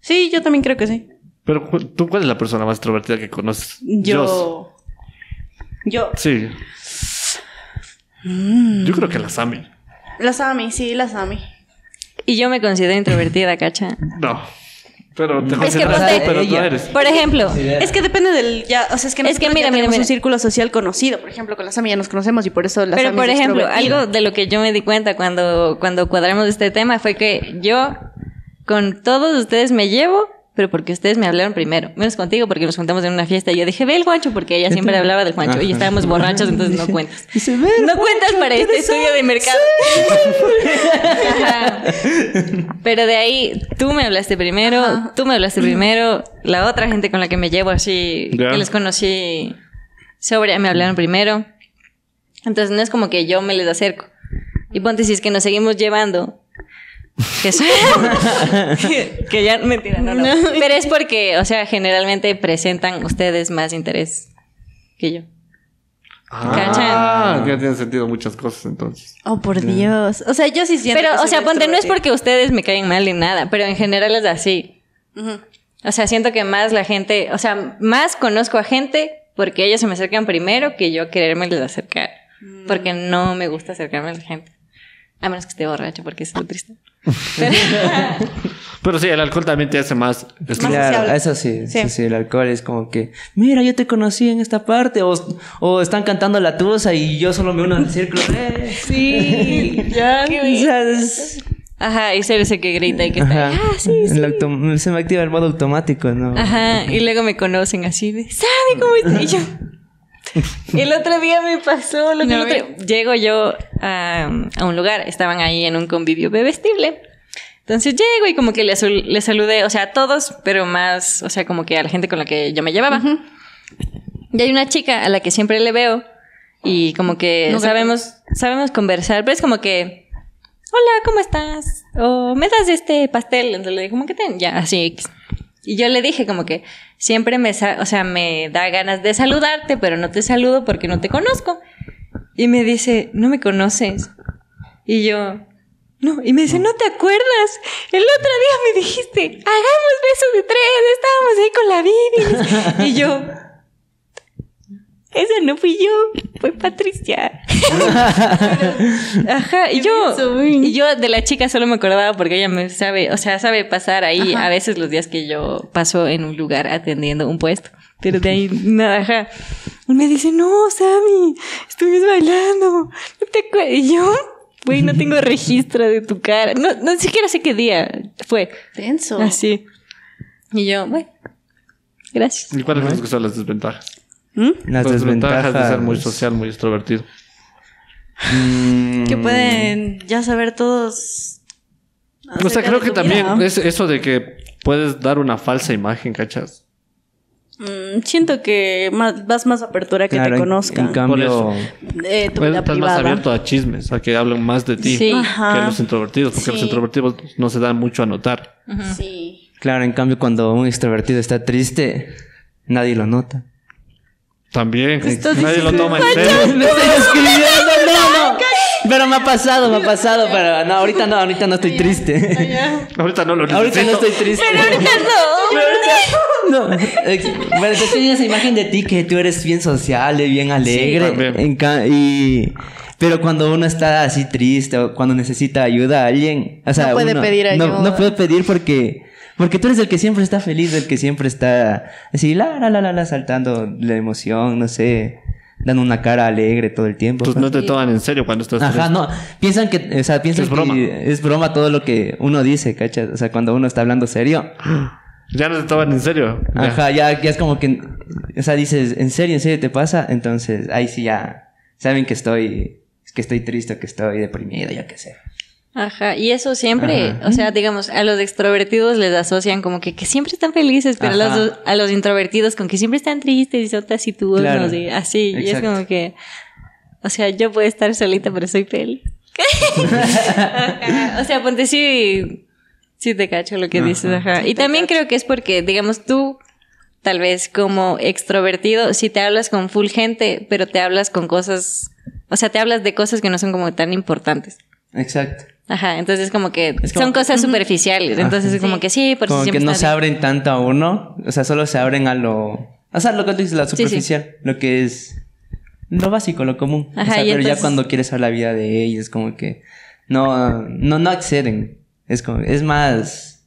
S2: Sí, yo también creo que sí.
S1: Pero cu- tú, ¿cuál es la persona más extrovertida que conoces? Dios.
S2: Yo. Yo.
S1: Sí.
S4: Mm.
S1: Yo creo que la Sami.
S2: Las Ami, sí, las Ami.
S4: Y yo me considero introvertida, cacha.
S1: No. Pero te
S4: Es que
S1: consideras
S4: ponte-
S1: tú, pero no
S3: ella.
S1: eres.
S4: Por ejemplo,
S2: Es que depende del ya, o sea, es que
S4: Es que
S2: nosotros
S4: mira,
S2: ya
S4: mira,
S2: tenemos
S4: mira.
S2: un círculo social conocido, por ejemplo, con las Ami ya nos conocemos y por eso las
S4: Pero
S2: Ami
S4: por
S2: es
S4: ejemplo,
S2: extrovertida.
S4: algo de lo que yo me di cuenta cuando, cuando cuadramos este tema fue que yo con todos ustedes me llevo, pero porque ustedes me hablaron primero. Menos contigo, porque nos juntamos en una fiesta y yo dije, ve el guancho, porque ella siempre hablaba del guancho
S3: Ajá.
S4: y estábamos borrachos, entonces no cuentas.
S3: Dice, ve.
S4: No cuentas para este estudio de mercado. Ajá. Pero de ahí, tú me hablaste primero,
S2: Ajá.
S4: tú me hablaste primero, la otra gente con la que me llevo así,
S1: Ya.
S4: que les conocí sobre, me hablaron primero. Entonces no es como que yo me les acerco. Y ponte si es que nos seguimos llevando. Que, soy- que ya, mentira, no, no.
S2: No.
S4: Pero es porque, o sea, generalmente presentan ustedes más interés que yo.
S1: Ah, ya tienen sentido muchas cosas entonces.
S2: Oh, por Dios. O sea, yo sí siento.
S4: Pero,
S2: que
S4: o
S2: soy
S4: sea, ponte, no es
S2: extrovertida.
S4: porque ustedes me caen mal ni nada, pero en general es así.
S2: Ujú.
S4: O sea, siento que más la gente, o sea, más conozco a gente porque ellos se me acercan primero que yo quererme acercar. Porque no me gusta acercarme a la gente. A menos que esté borracho, porque es lo triste. Pero-
S1: Pero sí, el alcohol también te hace más.
S3: Claro,
S2: sociable.
S3: eso sí,
S2: Sí.
S3: eso sí, el alcohol es como que, mira, yo te conocí en esta parte, o, o están cantando la tusa y yo solo me uno al círculo. ¡eh!
S4: sí, ya.
S3: O sea, es-
S4: Ajá, y soy ese que grita y que está.
S3: Ajá.
S4: ahí, Ah, sí, sí.
S3: El autom- se me activa el modo automático, ¿no?
S4: Ajá, y luego me conocen así de, ¿sabe cómo está? Y yo, el otro día me pasó lo que el otro- Llego yo a, a un lugar, estaban ahí en un convivio bebestible. Entonces llego y como que les, les saludé, o sea, a todos, pero más, o sea, como que a la gente con la que yo me llevaba. Y hay una chica a la que siempre le veo y como que
S2: Nunca-
S4: sabemos, sabemos conversar, pero es como que, hola, ¿cómo estás? O me das este pastel. Entonces le dije, ¿cómo que ten? Ya, así. Y yo le dije como que siempre me, sa- o sea, me da ganas de saludarte, pero no te saludo porque no te conozco. Y me dice, no me conoces. Y yo, no, y me dice, no te acuerdas. El otro día me dijiste, hagamos beso de tres, estábamos ahí con la Vivi. Y yo, esa no fui yo, fue Patricia. Ajá, y yo, y yo de la chica solo me acordaba porque ella me sabe, o sea, sabe pasar ahí a veces los días que yo paso en un lugar atendiendo un puesto. Pero de ahí nada, ajá. Y me dice, no, Sammy, estuvimos bailando. No te acuer-". Y yo, güey, no tengo registro de tu cara. No, no siquiera sé qué día fue.
S2: Tenso.
S4: Así. Y yo, bueno, gracias.
S1: ¿Y cuáles crees que son las desventajas?
S4: ¿Mm?
S3: Las desventajas
S1: Pues de ser muy social, muy extrovertido.
S3: Mm,
S2: Que pueden ya saber todos.
S1: O sea,
S2: acerca
S1: creo
S2: de
S1: que
S2: tu vida,
S1: también
S2: ¿no?
S1: es eso de que puedes dar una falsa imagen, ¿cachas?
S2: Mm, siento que más- vas más apertura que
S3: claro,
S2: te
S3: en-
S2: conozcan.
S3: En cambio,
S1: Por
S2: Eh, tu vida
S1: estás más
S2: privada.
S1: abierto a chismes, a que hablen más de ti
S4: Sí.
S1: que
S2: Ajá.
S1: los introvertidos, porque
S2: Sí.
S1: los introvertidos no se dan mucho a notar.
S2: Sí.
S3: claro, en cambio cuando un extrovertido está triste, nadie lo nota.
S1: También,
S2: Estás
S1: nadie lo
S2: diciendo,
S1: toma en serio.
S3: Me estoy escribiendo, no, no. Pero me ha pasado, me ha pasado, pero no, ahorita no, ahorita no estoy triste.
S1: Ahorita no lo
S3: Ahorita no
S1: necesito.
S3: estoy triste.
S4: No,
S3: No, ex- bueno, te tienes esa imagen de ti que tú eres bien sociable, bien alegre.
S1: también.
S3: en ca- y, pero cuando uno está así triste o cuando necesita ayuda a alguien, o sea,
S2: No puede
S3: uno-
S2: pedir
S3: no-
S2: ayuda.
S3: No, puede pedir porque, porque tú eres el que siempre está feliz, el que siempre está así, la, la, la, la, la, saltando la emoción, no sé, dando una cara alegre todo el tiempo.
S1: Entonces Pues no te toman en serio cuando estás
S3: Ajá, no. Piensan que, o sea, piensan
S1: Es broma.
S3: que es broma todo lo que uno dice, ¿cachas? O sea, cuando uno está hablando serio.
S1: triste. Ya no te toman en serio. Ya.
S3: Ajá, ya, ya es como que, o sea, dices, ¿en serio, en serio te pasa? Entonces, ahí sí ya saben que estoy, que estoy triste, o que estoy deprimido, yo qué sé.
S4: Ajá, y eso siempre,
S3: Ajá.
S4: o sea, digamos, a los extrovertidos les asocian como que, que siempre están felices, pero a
S3: Ajá.
S4: los, a los introvertidos con que siempre están tristes y son taciturnos
S3: Claro.
S4: y así, y es
S3: Exacto.
S4: como que, o sea, yo puedo estar solita, pero soy feliz. Ajá, O sea, ponte sí, sí te cacho lo que dices, ajá. Y también creo que es porque, digamos, tú, tal vez como extrovertido, si te hablas con full gente, pero te hablas con cosas, o sea, te hablas de cosas que no son como tan importantes.
S3: Exacto.
S4: Ajá, entonces como que
S3: Es como-
S4: son cosas superficiales, entonces como que sí, por
S3: Ah, como
S4: si
S3: que
S4: siempre
S3: no se
S4: está
S3: abren tanto a uno, o sea, solo se abren a lo, o sea, lo que tú dices, la
S4: Sí, sí.
S3: superficial, lo que es lo básico, lo común. O
S4: Ajá,
S3: sea,
S4: y
S3: pero ya
S4: entonces-
S3: cuando quieres saber la vida de ellos, como que no, no, no acceden. Es como, es más...
S4: bien.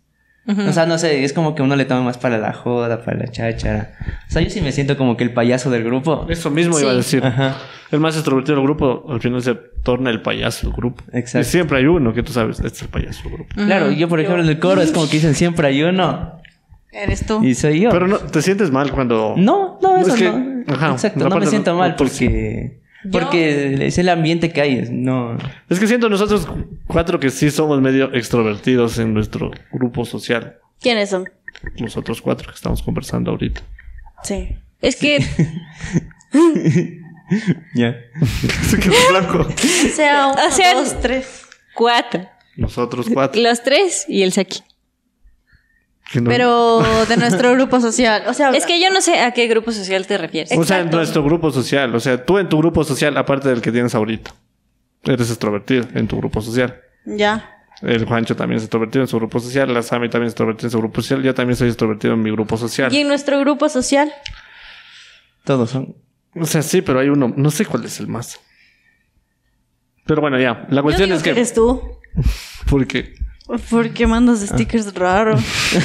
S4: Ujú.
S3: O sea, no sé, es como que uno le toma más para la joda, para la cháchara. O sea, yo sí me siento como que el payaso del grupo.
S1: Eso mismo iba a
S4: Sí.
S1: decir.
S3: Ajá.
S1: El más extrovertido del grupo al final se torna el payaso del grupo.
S3: Exacto.
S1: Y siempre hay uno que tú sabes, este es el payaso del grupo.
S3: Claro, yo por ejemplo en el coro es como que dicen siempre hay uno.
S2: Eres tú.
S3: Y soy yo.
S1: Pero no, te sientes mal cuando.
S3: No, no,
S1: No,
S3: eso
S1: es que-
S3: no.
S1: ajá,
S3: Exacto,
S1: la
S3: no me
S1: parte
S3: siento
S1: no-
S3: mal
S1: no, pues,
S3: porque...
S2: Yo-
S3: Porque es el ambiente que hay, es- no...
S1: Es que siento nosotros cuatro que sí somos medio extrovertidos en nuestro grupo social.
S2: ¿Quiénes son?
S1: Nosotros cuatro que estamos conversando ahorita.
S2: Sí.
S4: Es que
S3: Ya.
S1: Se quedó blanco.
S2: O Ah, sea, uno,
S4: O sea,
S2: dos, tres.
S4: cuatro.
S1: Nosotros cuatro.
S4: Los tres y el Saki.
S1: que no-
S2: Pero de nuestro grupo social. O sea,
S4: Es que yo no sé a qué grupo social te refieres.
S1: O sea, en
S2: Exacto.
S1: nuestro grupo social. O sea, tú en tu grupo social, aparte del que tienes ahorita, eres extrovertido en tu grupo social.
S2: Ya.
S1: El Juancho también es extrovertido en su grupo social. La Sami también es extrovertida en su grupo social. Yo también soy extrovertido en mi grupo social.
S4: Y en nuestro grupo social.
S3: Todos son...
S1: O sea, sí, pero hay uno. No sé cuál es el más. Pero bueno, ya. La cuestión
S2: Yo digo
S1: es que.
S2: Eres tú.
S1: Porque.
S2: Porque mandas
S1: Ah.
S2: stickers raros.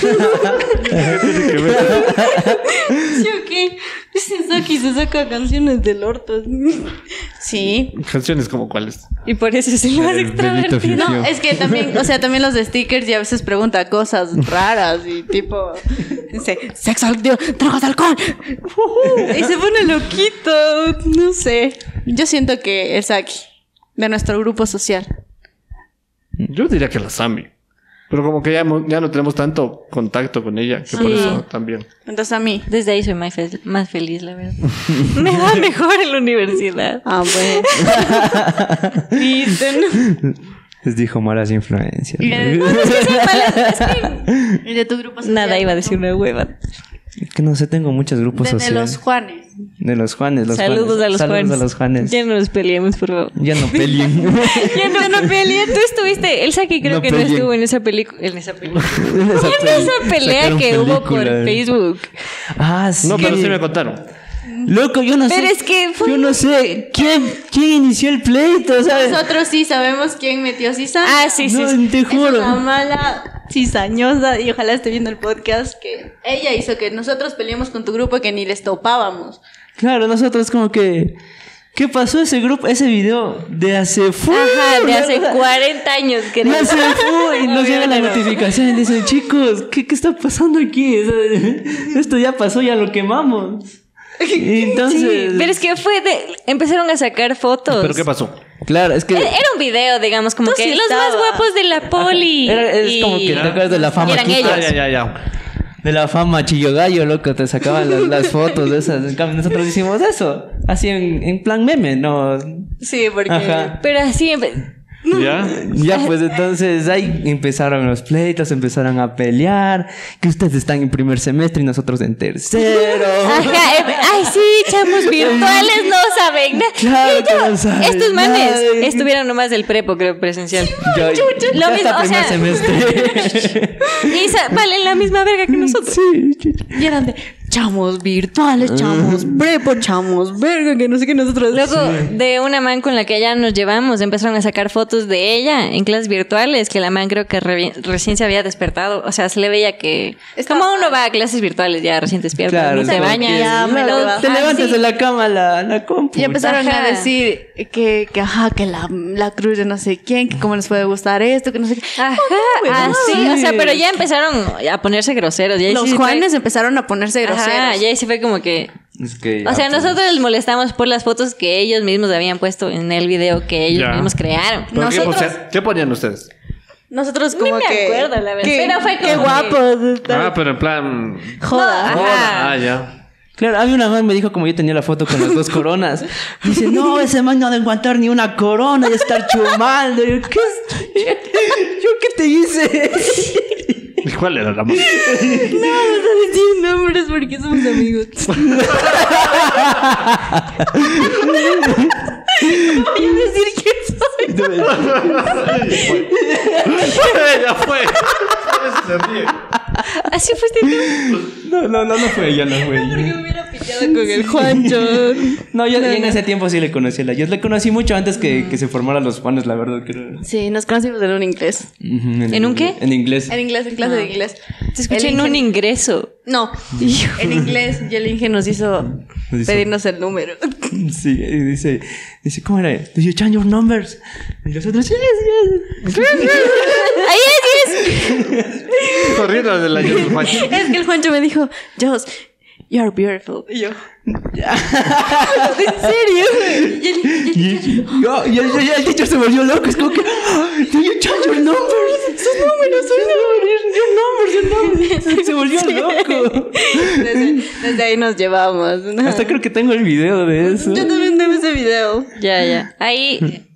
S4: ¿Sí o qué? Ese Saki se saca canciones del orto.
S2: Sí.
S1: Canciones como cuáles.
S4: Y por eso es el más
S5: El Benito
S4: extrovertido.
S5: Fiu-Fiu.
S2: No, es que también, o sea, también los de stickers y a veces pregunta cosas raras y tipo, dice, sexo, digo, drogas, alcohol. Ujú, y se pone loquito, no sé. Yo siento que es aquí, de nuestro grupo social.
S1: Yo diría que la Sami. Pero como que ya, hemos- ya no tenemos tanto contacto con ella. Que por
S4: Sí.
S1: eso también.
S2: Entonces a mí.
S4: Desde ahí soy más, fel- más feliz, la verdad. Me va mejor en la universidad.
S2: Ah, bueno.
S4: Viste, ¿no?
S3: Les dijo malas influencias.
S2: Y de, y de tu grupo social.
S4: Nada, iba a decir una hueva.
S3: Que no sé, tengo muchos grupos
S2: De, de los
S3: sociales.
S2: Juanes.
S3: De los Juanes, los
S4: Saludos
S3: Juanes.
S4: a los
S3: Saludos
S4: Juanes.
S3: a los Juanes.
S4: Ya no nos peleemos, por favor.
S3: Ya no peleen.
S4: Ya no, no peleé. Tú estuviste. El Saki creo
S3: No
S4: que no
S3: peleen.
S4: estuvo en esa película. En esa película.
S3: En esa
S4: En esa pelea
S3: sacaron
S4: que hubo con
S3: película.
S4: Facebook.
S3: Ah, sí.
S1: No, pero sí me contaron.
S3: Loco, yo no sé.
S4: Pero es que fue-
S3: Yo no sé quién, quién inició el pleito, ¿sabes?
S2: Nosotros sí sabemos quién metió cizaña.
S4: Ah, sí, sí. sí.
S3: No, te
S2: Es una
S3: juro.
S2: mala cizañosa y ojalá esté viendo el podcast que ella hizo que nosotros peleemos con tu grupo que ni les topábamos.
S3: Claro, nosotros como que... ¿Qué pasó ese grupo, ese video de hace... fu-
S4: Ajá, de hace
S3: ¿verdad?
S4: 40 años, creo.
S3: De hace fu- y nos llega la
S4: Obviamente no.
S3: notificación y dicen, chicos, ¿qué, qué está pasando aquí? O sea, Esto ya pasó, ya lo quemamos. Y entonces...
S4: Sí, pero es que fue de. Empezaron a sacar fotos.
S1: ¿Pero qué pasó?
S3: Claro, es que...
S4: E- Era un video, digamos, como
S2: Tú
S4: que
S2: sí
S4: los
S2: estabas.
S4: más guapos de la poli.
S3: Era- es como que te acuerdas de la fama
S4: y eran
S3: aquí.
S4: ellos.
S1: Ah, ya, ya, ya.
S3: De la fama, chillo gallo, loco, te sacaban las, las fotos de esas. En cambio, nosotros hicimos eso. Así en, en plan meme, no.
S2: Sí, porque
S3: Ajá.
S4: Pero así. empe-
S1: ¿Ya?
S3: Ya, pues entonces ahí empezaron los pleitos, empezaron a pelear. Que ustedes están en primer semestre y nosotros en tercero.
S4: Ajá, em- ay, sí, chamos virtuales no saben. nada.
S3: Claro
S4: Y
S3: que no saben
S4: Estos manes
S3: nada.
S4: estuvieron nomás del prepo, creo, presencial.
S3: Yo,
S4: chucha.
S3: ya
S4: Lo mismo,
S3: hasta
S4: o
S3: primer
S4: sea-
S3: semestre.
S4: Y sa- valen la misma verga que nosotros.
S3: sí, chucha.
S2: y eran de chamos virtuales, chamos prepo, chamos verga, que no sé qué nosotros.
S4: Luego, de una man con la que ya nos llevamos, empezaron a sacar fotos de ella en clases virtuales, que la man creo que re- recién se había despertado. O sea, se le veía que...
S2: Estaba-
S4: como uno va a clases virtuales ya recién despierta,
S3: Claro,
S4: no se
S3: como
S4: baña.
S3: que-
S2: ya me
S4: no-
S2: levanto.
S3: Te
S4: Ah,
S3: levantas
S4: sí.
S3: de la cama a la, la compu.
S2: Y empezaron
S4: Ajá.
S2: a decir que, que ajá, que la, la cruz de no sé quién, que cómo les puede gustar esto, que no sé qué.
S4: Ajá,
S2: güey,
S4: así,
S3: sí.
S4: o sea, pero ya empezaron a ponerse groseros. Ya ahí
S2: Los
S4: sí fue-
S2: Juanes empezaron a ponerse groseros.
S4: Ajá, ya ahí sí fue como que...
S3: Es que ya,
S4: O sea,
S3: pues.
S4: nosotros les molestamos por las fotos que ellos mismos habían puesto en el video que ellos
S1: Ya.
S4: mismos crearon.
S1: ¿Pero qué,
S2: Nosotros-
S1: ponían- qué ponían ustedes?
S2: Nosotros
S4: Ni
S2: como
S4: me
S2: que-
S4: acuerdo, la verdad.
S2: que-
S4: Pero fue como
S2: qué
S4: que-
S2: guapos están.
S1: Ah, pero en plan.
S2: Joda.
S4: No,
S1: Joda. Ah, ya.
S3: Claro, a mí una man me dijo como yo tenía la foto con las dos coronas. Dice, no, ese man no ha de aguantar ni una corona y estar chumando. Yo, ¿qué, es- yo, ¿qué te hice?
S1: ¿Y cuál era la más?
S2: Vamos a decir nombres porque somos amigos. Voy a decir que soy.
S1: ya fue. Se ríe.
S4: Así este fuiste tú.
S3: No, no, no, no fue ella, no fue ella.
S2: Me hubiera pillado con el Juancho.
S3: No, yo en ese tiempo sí le conocí. a La, yo le conocí mucho antes que, que se formaran los Juanes, la verdad. Creo.
S2: Sí, nos conocimos en un inglés. Ah.
S3: Ujú,
S4: ¿En un qué?
S3: En inglés.
S2: En inglés, en clase de inglés.
S4: Te escuché
S2: El
S4: en un
S2: ingen-
S4: ingreso.
S2: No, en inglés. Y el Inge nos hizo
S3: hizo-
S2: pedirnos el número.
S3: Sí, y dice, dice, ¿cómo era? Dice, change your numbers. Y los otros, yes, yes.
S4: Ahí es,
S1: Corriendo de la Yolofachita.
S2: Es que el Juancho me dijo, Joss, you're beautiful. Y yo, ¿en serio? Y él- y él-
S3: Y, yo, yo, yo- yo- el teacher se volvió loco. Es como que. "Ah, "Do you change your numbers?
S2: sus números, sus números, your numbers, your numbers.
S3: Se volvió loco.
S4: Desde, desde ahí nos llevamos. ¿no?
S3: Hasta creo que tengo el video de eso.
S2: Yo también tengo ese video.
S4: Ya, ya. Ahí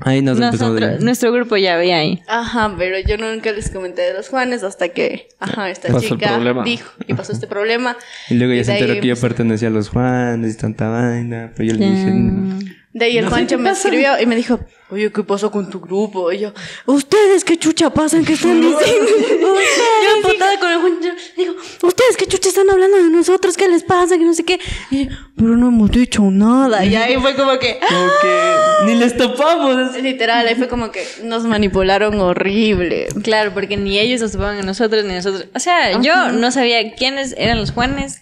S3: Ahí nos empezamos.
S4: nosotros,
S3: a-
S4: nuestro grupo ya veía ahí.
S2: Ajá, pero yo nunca les comenté de los Juanes hasta que, ajá, esta
S1: Pasó el
S2: chica
S1: problema.
S2: dijo y pasó este problema.
S3: Y luego ya
S2: de
S3: se
S2: ahí-
S3: enteró que yo pertenecía a los Juanes y tanta vaina. Pero yo le dije. "No".
S2: De ahí el Juancho me escribió y me dijo, oye, ¿qué pasó con tu grupo? Y yo, ¿ustedes qué chucha pasan? ¿Qué están diciendo? yo emputada con el Juancho, digo, ¿ustedes qué chucha están hablando de nosotros? ¿Qué les pasa? Que no sé qué. Y yo, pero no hemos dicho nada. Y ahí fue como que,
S3: Como que. Ni les topamos. así.
S2: literal, ahí fue como que nos manipularon horrible.
S4: Claro, porque ni ellos nos topaban a nosotros, ni nosotros. O sea, yo no sabía quiénes eran los Juanes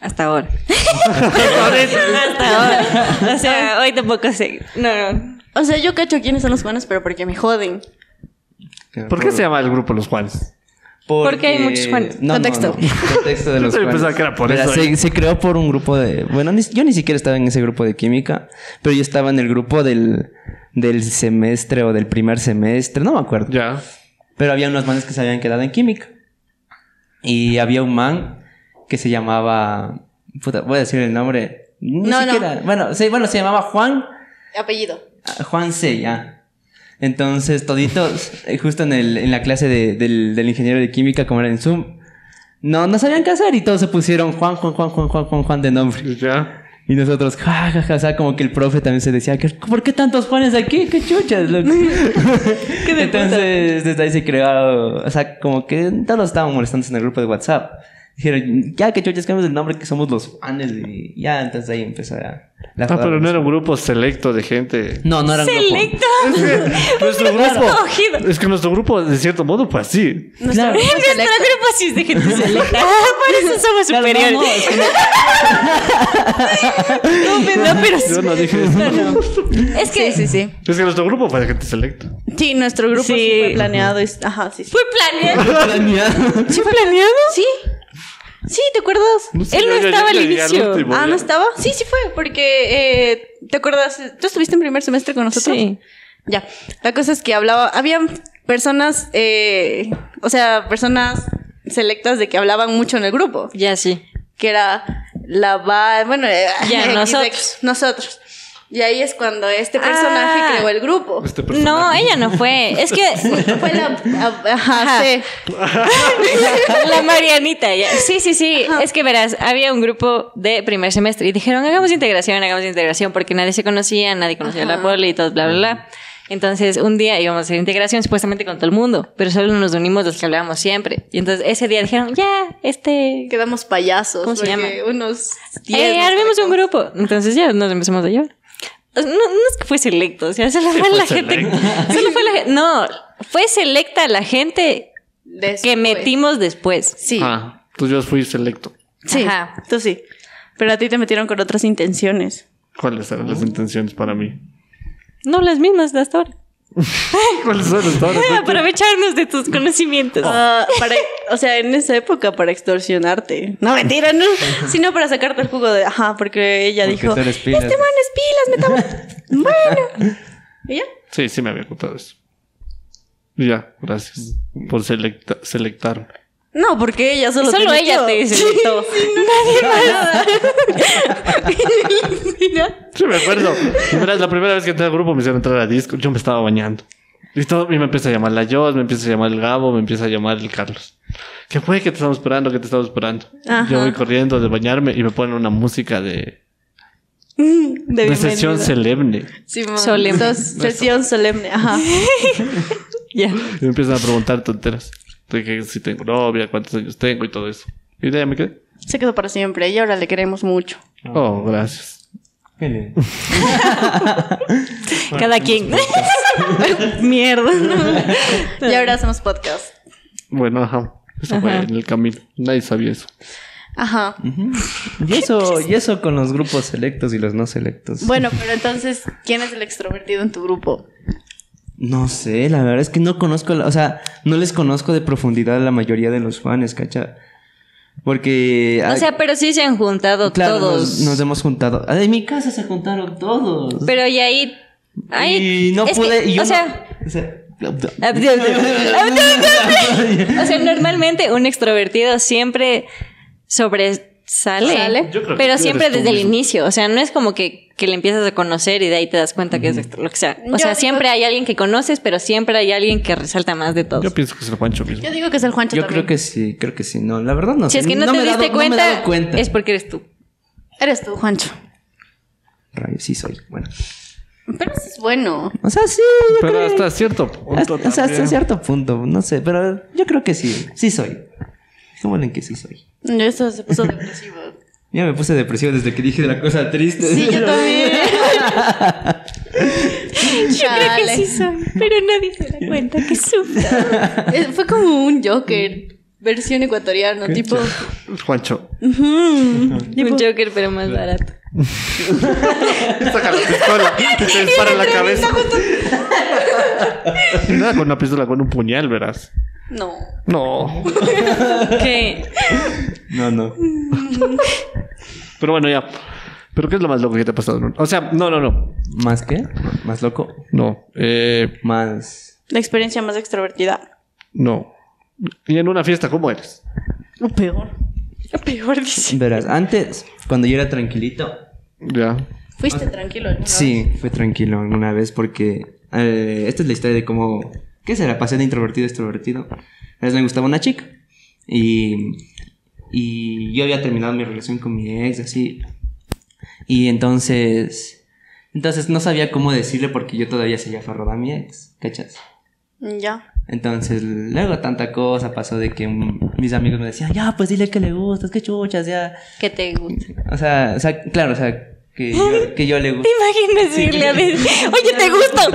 S4: hasta ahora. hasta ahora. O sea, hoy tampoco sé. No, no.
S2: O sea, yo cacho quiénes son los Juanes, pero porque me joden.
S1: ¿Por qué se llama el grupo Los Juanes?
S4: Porque hay muchos Juanes.
S2: Contexto.
S3: Contexto de
S1: Yo
S3: los
S1: también
S3: Juanes.
S1: pensaba que era por
S3: Verá,
S1: eso,
S3: Se,
S1: ¿eh?
S3: se creó por un grupo de. Bueno, ni- yo ni siquiera estaba en ese grupo de química, pero yo estaba en el grupo del, del semestre o del primer semestre, no me acuerdo.
S1: Ya.
S3: Pero había unos manes que se habían quedado en química. Y había un man que se llamaba. Puta, voy a decir el nombre. Ni
S2: No, no.
S3: siquiera. Bueno, sí, bueno, se llamaba Juan.
S2: Apellido.
S3: Ah, Juan C, ya. Entonces, toditos, eh, justo en, el- en la clase de- del, del ingeniero de química, como era en Zoom, no, no sabían qué hacer y todos se pusieron Juan, Juan, Juan, Juan, Juan, Juan, Juan de nombre.
S1: Ya.
S3: Y nosotros, ja, ja, ja, o sea, como que el profe también se decía, "¿Qué- ¿por qué tantos Juanes aquí? ¡Qué chuchas! loco?" Entonces, desde ahí se creó, o sea, como que todos estaban molestando en el grupo de WhatsApp. Dijeron, ya, que chuchas, cambiamos el nombre, que somos los Juanes. Y ya, entonces ahí empezó ya la
S1: Ah,
S3: joda.
S1: pero no era un grupo selecto de gente.
S3: No, no era un grupo.
S4: Selecto.
S1: Es que nuestro
S4: escogido.
S1: grupo. Es que nuestro grupo, de cierto modo, pues sí.
S2: Nuestro
S3: Claro.
S2: grupo
S4: Nuestro
S2: selecto.
S4: grupo sí es de gente selecta. Ah, Por eso somos
S3: Claro, no,
S4: superiores.
S3: no, es que
S4: No, pero- no, pero-
S1: Yo no dije eso.
S4: Es que
S2: Sí, sí, sí.
S1: Es que nuestro grupo fue de gente selecta.
S2: Sí, nuestro grupo sí,
S4: Sí.
S2: fue planeado. y- Ajá, sí, sí.
S4: fue planeado.
S3: no planeado.
S4: ¿Sí fue planeado? Sí.
S2: Sí, ¿te acuerdas?
S1: No sé,
S4: Él no
S1: yo- yo
S4: estaba al
S1: llegué
S4: inicio.
S1: último,
S2: Ah,
S1: ya.
S2: ¿no estaba? Sí, sí fue, porque eh, ¿te acuerdas? ¿Tú estuviste en primer semestre con nosotros?
S4: Sí.
S2: Ya. La cosa es que hablaba, había personas, eh, o sea, personas selectas de que hablaban mucho en el grupo,
S4: Ya sí.
S2: que era la va, bueno, eh,
S4: Ya,
S2: XX,
S4: nosotros.
S2: nosotros. Y ahí es cuando este personaje
S4: Ah.
S2: creó el grupo.
S1: Este
S4: No,
S1: personaje.
S4: ella no fue. Es que
S2: Fue la, a- ajá,
S4: Ajá.
S2: sí.
S4: La Marianita, ya. Sí, sí, sí. Es que verás, había un grupo de primer semestre y dijeron, hagamos integración, hagamos integración, porque nadie se conocía, nadie conocía
S2: Ajá.
S4: la poli y todo, bla, bla, bla. Entonces, un día íbamos a hacer integración supuestamente con todo el mundo, pero solo nos unimos los que hablábamos siempre. Y entonces ese día dijeron, ya, este.
S2: Quedamos payasos.
S4: ¿Cómo se
S2: porque Unos
S4: Eh,
S2: nos
S4: armemos un
S2: conectamos.
S4: grupo. Entonces ya nos empezamos a llevar. O sea, No, no es que fue selecto, o sea, solo fue
S1: fue
S4: la gente. Solo fue la gente. No, fue selecta la gente que
S2: Después.
S4: metimos después.
S2: Sí.
S1: Ah, tú yo fui selecto.
S2: Sí,
S4: Ajá.
S2: tú sí. Pero a ti te metieron con otras intenciones.
S1: ¿Cuáles eran las intenciones para mí?
S4: No las mismas de hasta ahora.
S1: ¿Cuáles son las todas?
S4: aprovecharnos de tus
S3: Oh.
S4: conocimientos.
S2: Ah, para, o sea, en esa época para extorsionarte. No, mentira, no. Sino para sacarte el jugo de, ajá, porque ella
S3: Porque
S2: dijo,
S3: tú eres pilas".
S2: este man es pilas, metamos. bueno. ¿Y ya?
S1: Sí, sí me había contado eso. Y Ya, gracias por selecta- selectarme.
S2: No, porque ella solo,
S4: Solo
S2: te
S4: ella
S2: metió.
S4: te dice todo.
S1: Sí, me acuerdo. Y verás, la primera vez que entré al grupo me hicieron entrar a disco. Yo me estaba bañando. Y, todo, y me empieza a llamar la Jos, me empieza a llamar el Gabo, me empieza a llamar el Carlos. ¿Qué fue? que te estamos esperando? que te estamos esperando?
S2: Ajá.
S1: Yo voy corriendo de bañarme y me ponen una música de,
S2: Mm, De
S1: de
S2: bienvenida.
S1: sesión solemne.
S2: Simón.
S4: Solemne.
S2: Sos- Sesión solemne, ajá.
S4: Ya.
S1: Y me empiezan a preguntar tonteras. De que si tengo novia, cuántos años tengo y todo eso. Y de ahí me quedé.
S2: Se quedó para siempre y ahora le queremos mucho.
S1: Oh, gracias.
S3: Ah,
S4: Cada quien. Mierda.
S2: Y ahora hacemos podcast.
S1: Bueno, ajá. Eso fue en el camino. Nadie sabía eso.
S2: Ajá.
S3: Y eso, y eso con los grupos selectos y los no selectos.
S2: Bueno, pero entonces, ¿quién es el extrovertido en tu grupo?
S3: No sé, la verdad es que no conozco, la- o sea, no les conozco de profundidad a la mayoría de los fans, ¿cacha? Porque...
S4: O
S3: ah,
S4: sea, pero sí se han juntado
S3: claro,
S4: todos.
S3: Nos, nos hemos juntado. Ah, En mi casa se juntaron todos.
S4: Pero y ahí. ahí
S3: y no
S4: es
S3: pude...
S4: que,
S3: y yo
S4: o
S3: no-
S4: sea. Ah,
S3: o sea,
S4: o sea, normalmente un extrovertido siempre sobresale.
S2: Sale.
S1: Yo creo que
S4: pero
S1: tú
S4: siempre
S1: eres tú
S4: desde el
S1: mismo.
S4: inicio. O sea, no es como que, que le empiezas a conocer y de ahí te das cuenta que es extro- lo que sea. O
S2: Yo
S4: sea,
S2: digo-
S4: siempre hay alguien que conoces, pero siempre hay alguien que resalta más de todos.
S1: Yo pienso que es el Juancho mismo.
S2: Yo digo que es el Juancho
S3: yo
S2: también.
S3: creo que sí, creo que sí. No, la verdad no
S4: si
S3: sé.
S4: es que no,
S3: me
S4: te
S3: he
S4: diste
S3: dado- no me he
S4: cuenta,
S3: dado cuenta.
S4: es porque eres tú.
S2: Eres tú, Juancho.
S3: Rayos, sí soy. Bueno.
S2: Pero eso es bueno.
S3: O sea, sí, yo
S1: Pero
S3: creo-
S1: hasta cierto punto.
S3: hasta, o sea, hasta
S1: también.
S3: cierto punto, no sé, pero yo creo que sí, sí soy. ¿Cómo en que sí soy?
S2: Eso se puso depresivo.
S3: Ya me puse depresivo desde que dije la cosa triste.
S2: Sí, yo también.
S4: Yo creo que
S2: Chale.
S4: sí soy, pero nadie se da cuenta que sufro.
S2: Eh, Fue como un Joker, versión ecuatoriano, tipo.
S1: Juancho.
S4: Un Joker, pero más barato.
S1: Saca la pistola y te dispara en la cabeza. Nada con una pistola, con un puñal, verás.
S2: No.
S1: No.
S4: ¿Qué?
S3: No, no.
S1: Pero bueno, ya. ¿Pero qué es lo más loco que te ha pasado? Nun? O sea, no, no, no.
S3: ¿Más qué? ¿Más loco?
S1: No. Eh,
S3: Más.
S2: La experiencia más extrovertida.
S1: no. Y en una fiesta, ¿cómo eres?
S2: O peor. O peor, dice.
S3: Verás, antes, cuando yo era tranquilito.
S1: Ya.
S2: Fuiste tranquilo. alguna
S3: Sí, fue tranquilo alguna vez porque. eh, esta es la historia de cómo. ¿Qué será? Pasé de introvertido a extrovertido. A veces me gustaba una chica. Y. Y yo había terminado mi relación con mi ex, así. Y entonces. Entonces no sabía cómo decirle porque yo todavía seguía aferrado a mi ex, ¿cachas?
S2: vez. Ya.
S3: Entonces, luego tanta cosa pasó de que mm, mis amigos me decían, ya, pues dile que le gustas, que chuchas, ya.
S4: ¿Qué te gusta?
S3: O sea, o sea, claro, o sea, que yo, que yo le gusto.
S4: ¿Te imaginas decirle a ver, oye, te gusta?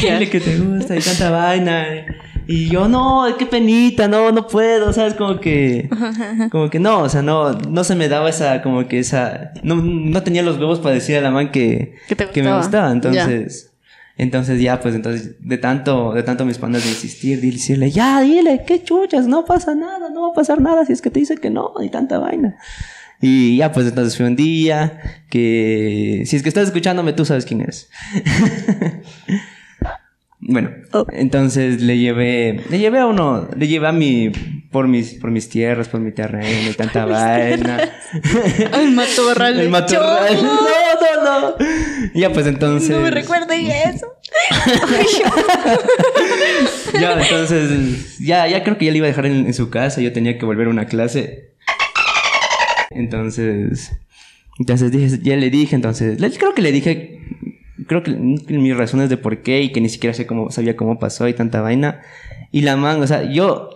S3: Dile que te gusta y tanta vaina. Y yo, no, qué penita, no, no puedo, ¿sabes? Como que, como que no, o sea, no, no se me daba esa, como que esa, no, no tenía los huevos para decir a la man que,
S2: Que te
S3: me
S2: gustaba.
S3: gustaba, entonces, entonces ya, pues, entonces, de tanto, de tanto mis pandas de insistir, de decirle, ya, dile, qué chuchas, no pasa nada, no va a pasar nada si es que te dice que no, y tanta vaina. Y ya, pues entonces fue un día que... Si es que estás escuchándome, tú sabes quién eres. bueno,
S2: Oh.
S3: entonces le llevé... Le llevé a uno... Le llevé a mi... Por mis, por mis tierras, por mi terreno y tanta vaina.
S2: El matorral.
S3: El matorral. No, no, no. Ya, pues entonces...
S2: No me recuerden eso.
S3: Ya, entonces, ya, ya creo que ya le iba a dejar en, en su casa, yo tenía que volver a una clase. Entonces, entonces dije, ya le dije, entonces, le- creo que le dije, creo que mis razones de por qué y que ni siquiera sé cómo, sabía cómo pasó y tanta vaina. Y la man, o sea, yo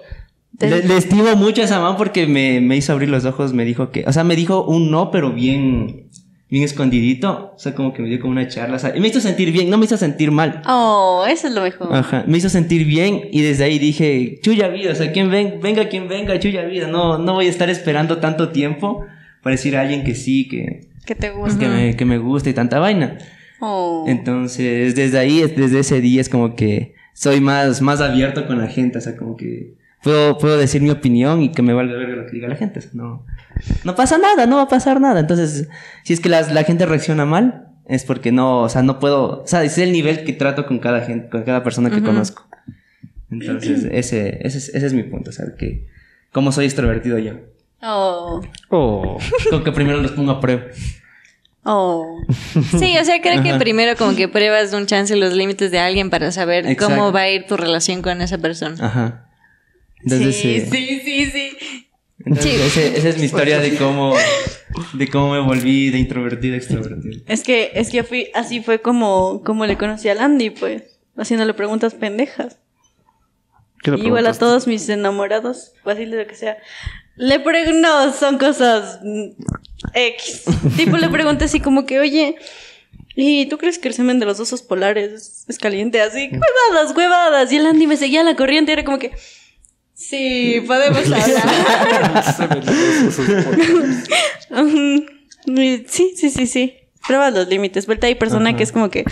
S3: le, le estimo mucho a esa man porque me, me hizo abrir los ojos, me dijo que, o sea, me dijo un no, pero bien, bien escondidito, o sea, como que me dio como una charla, o sea, y me hizo sentir bien, no me hizo sentir mal.
S2: Oh, eso es lo mejor.
S3: Ajá, me hizo sentir bien y desde ahí dije, chuya vida, o sea, quien ven, venga quien venga, chuya vida, no, no voy a estar esperando tanto tiempo para decir a alguien que sí, que,
S2: Que te
S3: pues, que,
S2: gusta.
S3: me, que me gusta y tanta vaina.
S2: Oh.
S3: Entonces, desde ahí, es- desde ese día es como que soy más, más abierto con la gente, o sea, como que puedo, puedo decir mi opinión y que me valga ver lo que diga la gente, o sea, no, no pasa nada, no va a pasar nada. Entonces, si es que las- la gente reacciona mal, es porque no, o sea, no puedo, o sea, ese es el nivel que trato con cada gente, con cada persona que conozco. Entonces, ese, ese, es- ese es mi punto, o sea, que como soy extrovertido yo,
S2: Oh.
S1: Oh.
S3: con que primero los pongo a prueba.
S2: Oh.
S4: Sí, o sea, creo que primero como que pruebas un chance los límites de alguien para saber
S3: Exacto.
S4: cómo va a ir tu relación con esa persona.
S3: Ajá. Entonces,
S2: sí,
S3: eh,
S2: sí, sí, sí.
S3: Entonces,
S4: Sí.
S3: ese- esa es mi historia de cómo, de cómo me volví de introvertido a extrovertido.
S2: Es que, es que fui, así fue como, como le conocí a Landy, pues, haciéndole preguntas pendejas.
S1: ¿Qué le
S2: Igual a
S1: preguntas?
S2: todos mis enamorados, o así lo que sea. Le pregunto, no, son cosas mm, X. tipo, le pregunté así como que, oye, ¿y tú crees que el semen de los osos polares es, es caliente? Así, huevadas, huevadas. Y el Andy me seguía la corriente, era como que, sí, podemos hablar. Ujú. Y sí, sí, sí, sí. Prueba los límites. Vuelta hay persona que es como que,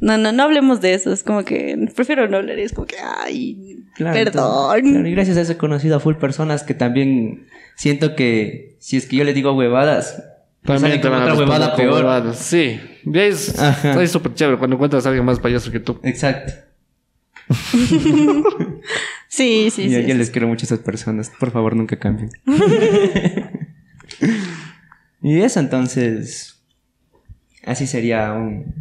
S2: No, no, no hablemos de eso. Es como que prefiero no hablar. Es como que, ay,
S3: Claro,
S2: perdón.
S3: entonces, claro, y gracias a eso he conocido a full personas que también siento que si es que yo les digo huevadas, pues
S1: También
S3: salen
S1: te
S3: con
S1: van a
S3: otra
S1: responder
S3: huevada
S1: con
S3: peor.
S1: huevadas. Sí. Y Es
S3: Ajá.
S1: es súper chévere cuando encuentras a alguien más payaso que tú.
S3: Exacto.
S2: Sí, sí,
S3: y yo,
S2: sí.
S3: yo les quiero mucho a esas personas. Por favor, nunca cambien. y eso entonces. Así sería un.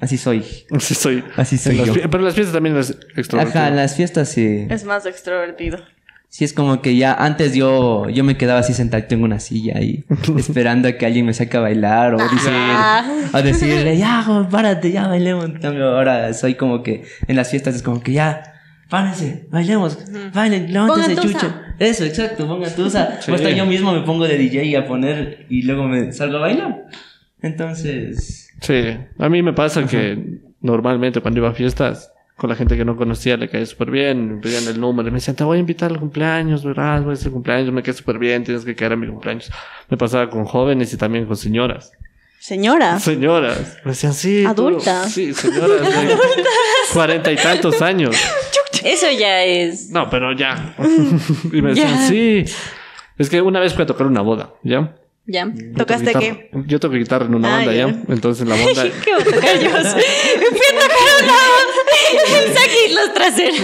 S3: Así soy.
S1: Así soy.
S3: Así soy
S1: En las
S3: yo.
S1: fie- pero las fiestas también es extrovertido.
S3: Ajá, en las fiestas sí.
S2: Es más extrovertido.
S3: Sí, es como que ya antes yo, yo me quedaba así sentado en una silla ahí, esperando a que alguien me saque a bailar o decir,
S2: Ah.
S3: o decirle, ya, jo, párate, ya bailemos. En cambio, Ahora soy como que en las fiestas es como que ya, párense, bailemos, bailen, levántense,
S4: Pongan tusa.
S3: chucho. Eso, exacto, pongan tusa. O hasta yo mismo me pongo de DJ a poner y luego me salgo a bailar. Entonces,
S1: Sí. A mí me pasa que normalmente cuando iba a fiestas, con la gente que no conocía le caía súper bien, me pedían el número, me decían, te voy a invitar al cumpleaños, verás, voy a hacer cumpleaños, me quedé súper bien, tienes que quedar a mi cumpleaños. Me pasaba con jóvenes y también con señoras.
S2: Señora.
S1: Señoras. Me decían, sí. tú-
S2: Adulta.
S1: sí, señoras. de Cuarenta y tantos años.
S4: Eso ya es.
S1: No, pero ya. y me decían,
S4: Ya.
S1: sí. Es que una vez fui a tocar una boda, ¿ya?
S4: Ya.
S1: Yo
S2: ¿Tocaste
S1: toco
S2: qué?
S1: guitarra. Yo toco guitarra en una
S2: Ah,
S1: banda,
S2: ya.
S1: ¿ya? Entonces en la banda...
S4: ¿Qué voy a tocar yo? Fui a tocar una voz. Saqué los traseros.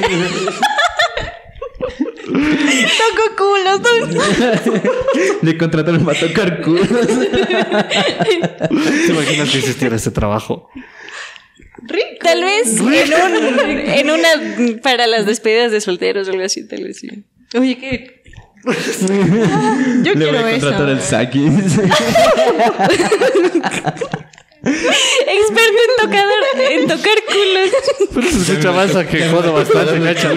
S2: Toco culos. toco-
S3: le contrataron para tocar culos.
S1: ¿Te imaginas que existiera ese trabajo?
S2: Rico.
S4: Tal vez en, un, en una. Para las despedidas de solteros o algo así, tal vez sí.
S2: Oye, qué. Yo
S3: le voy
S2: quiero
S3: a
S2: eso.
S3: contratar al Saki.
S4: Experto en, tocador, en tocar culos.
S1: Pero se escucha más a que jodo bastante, cacha.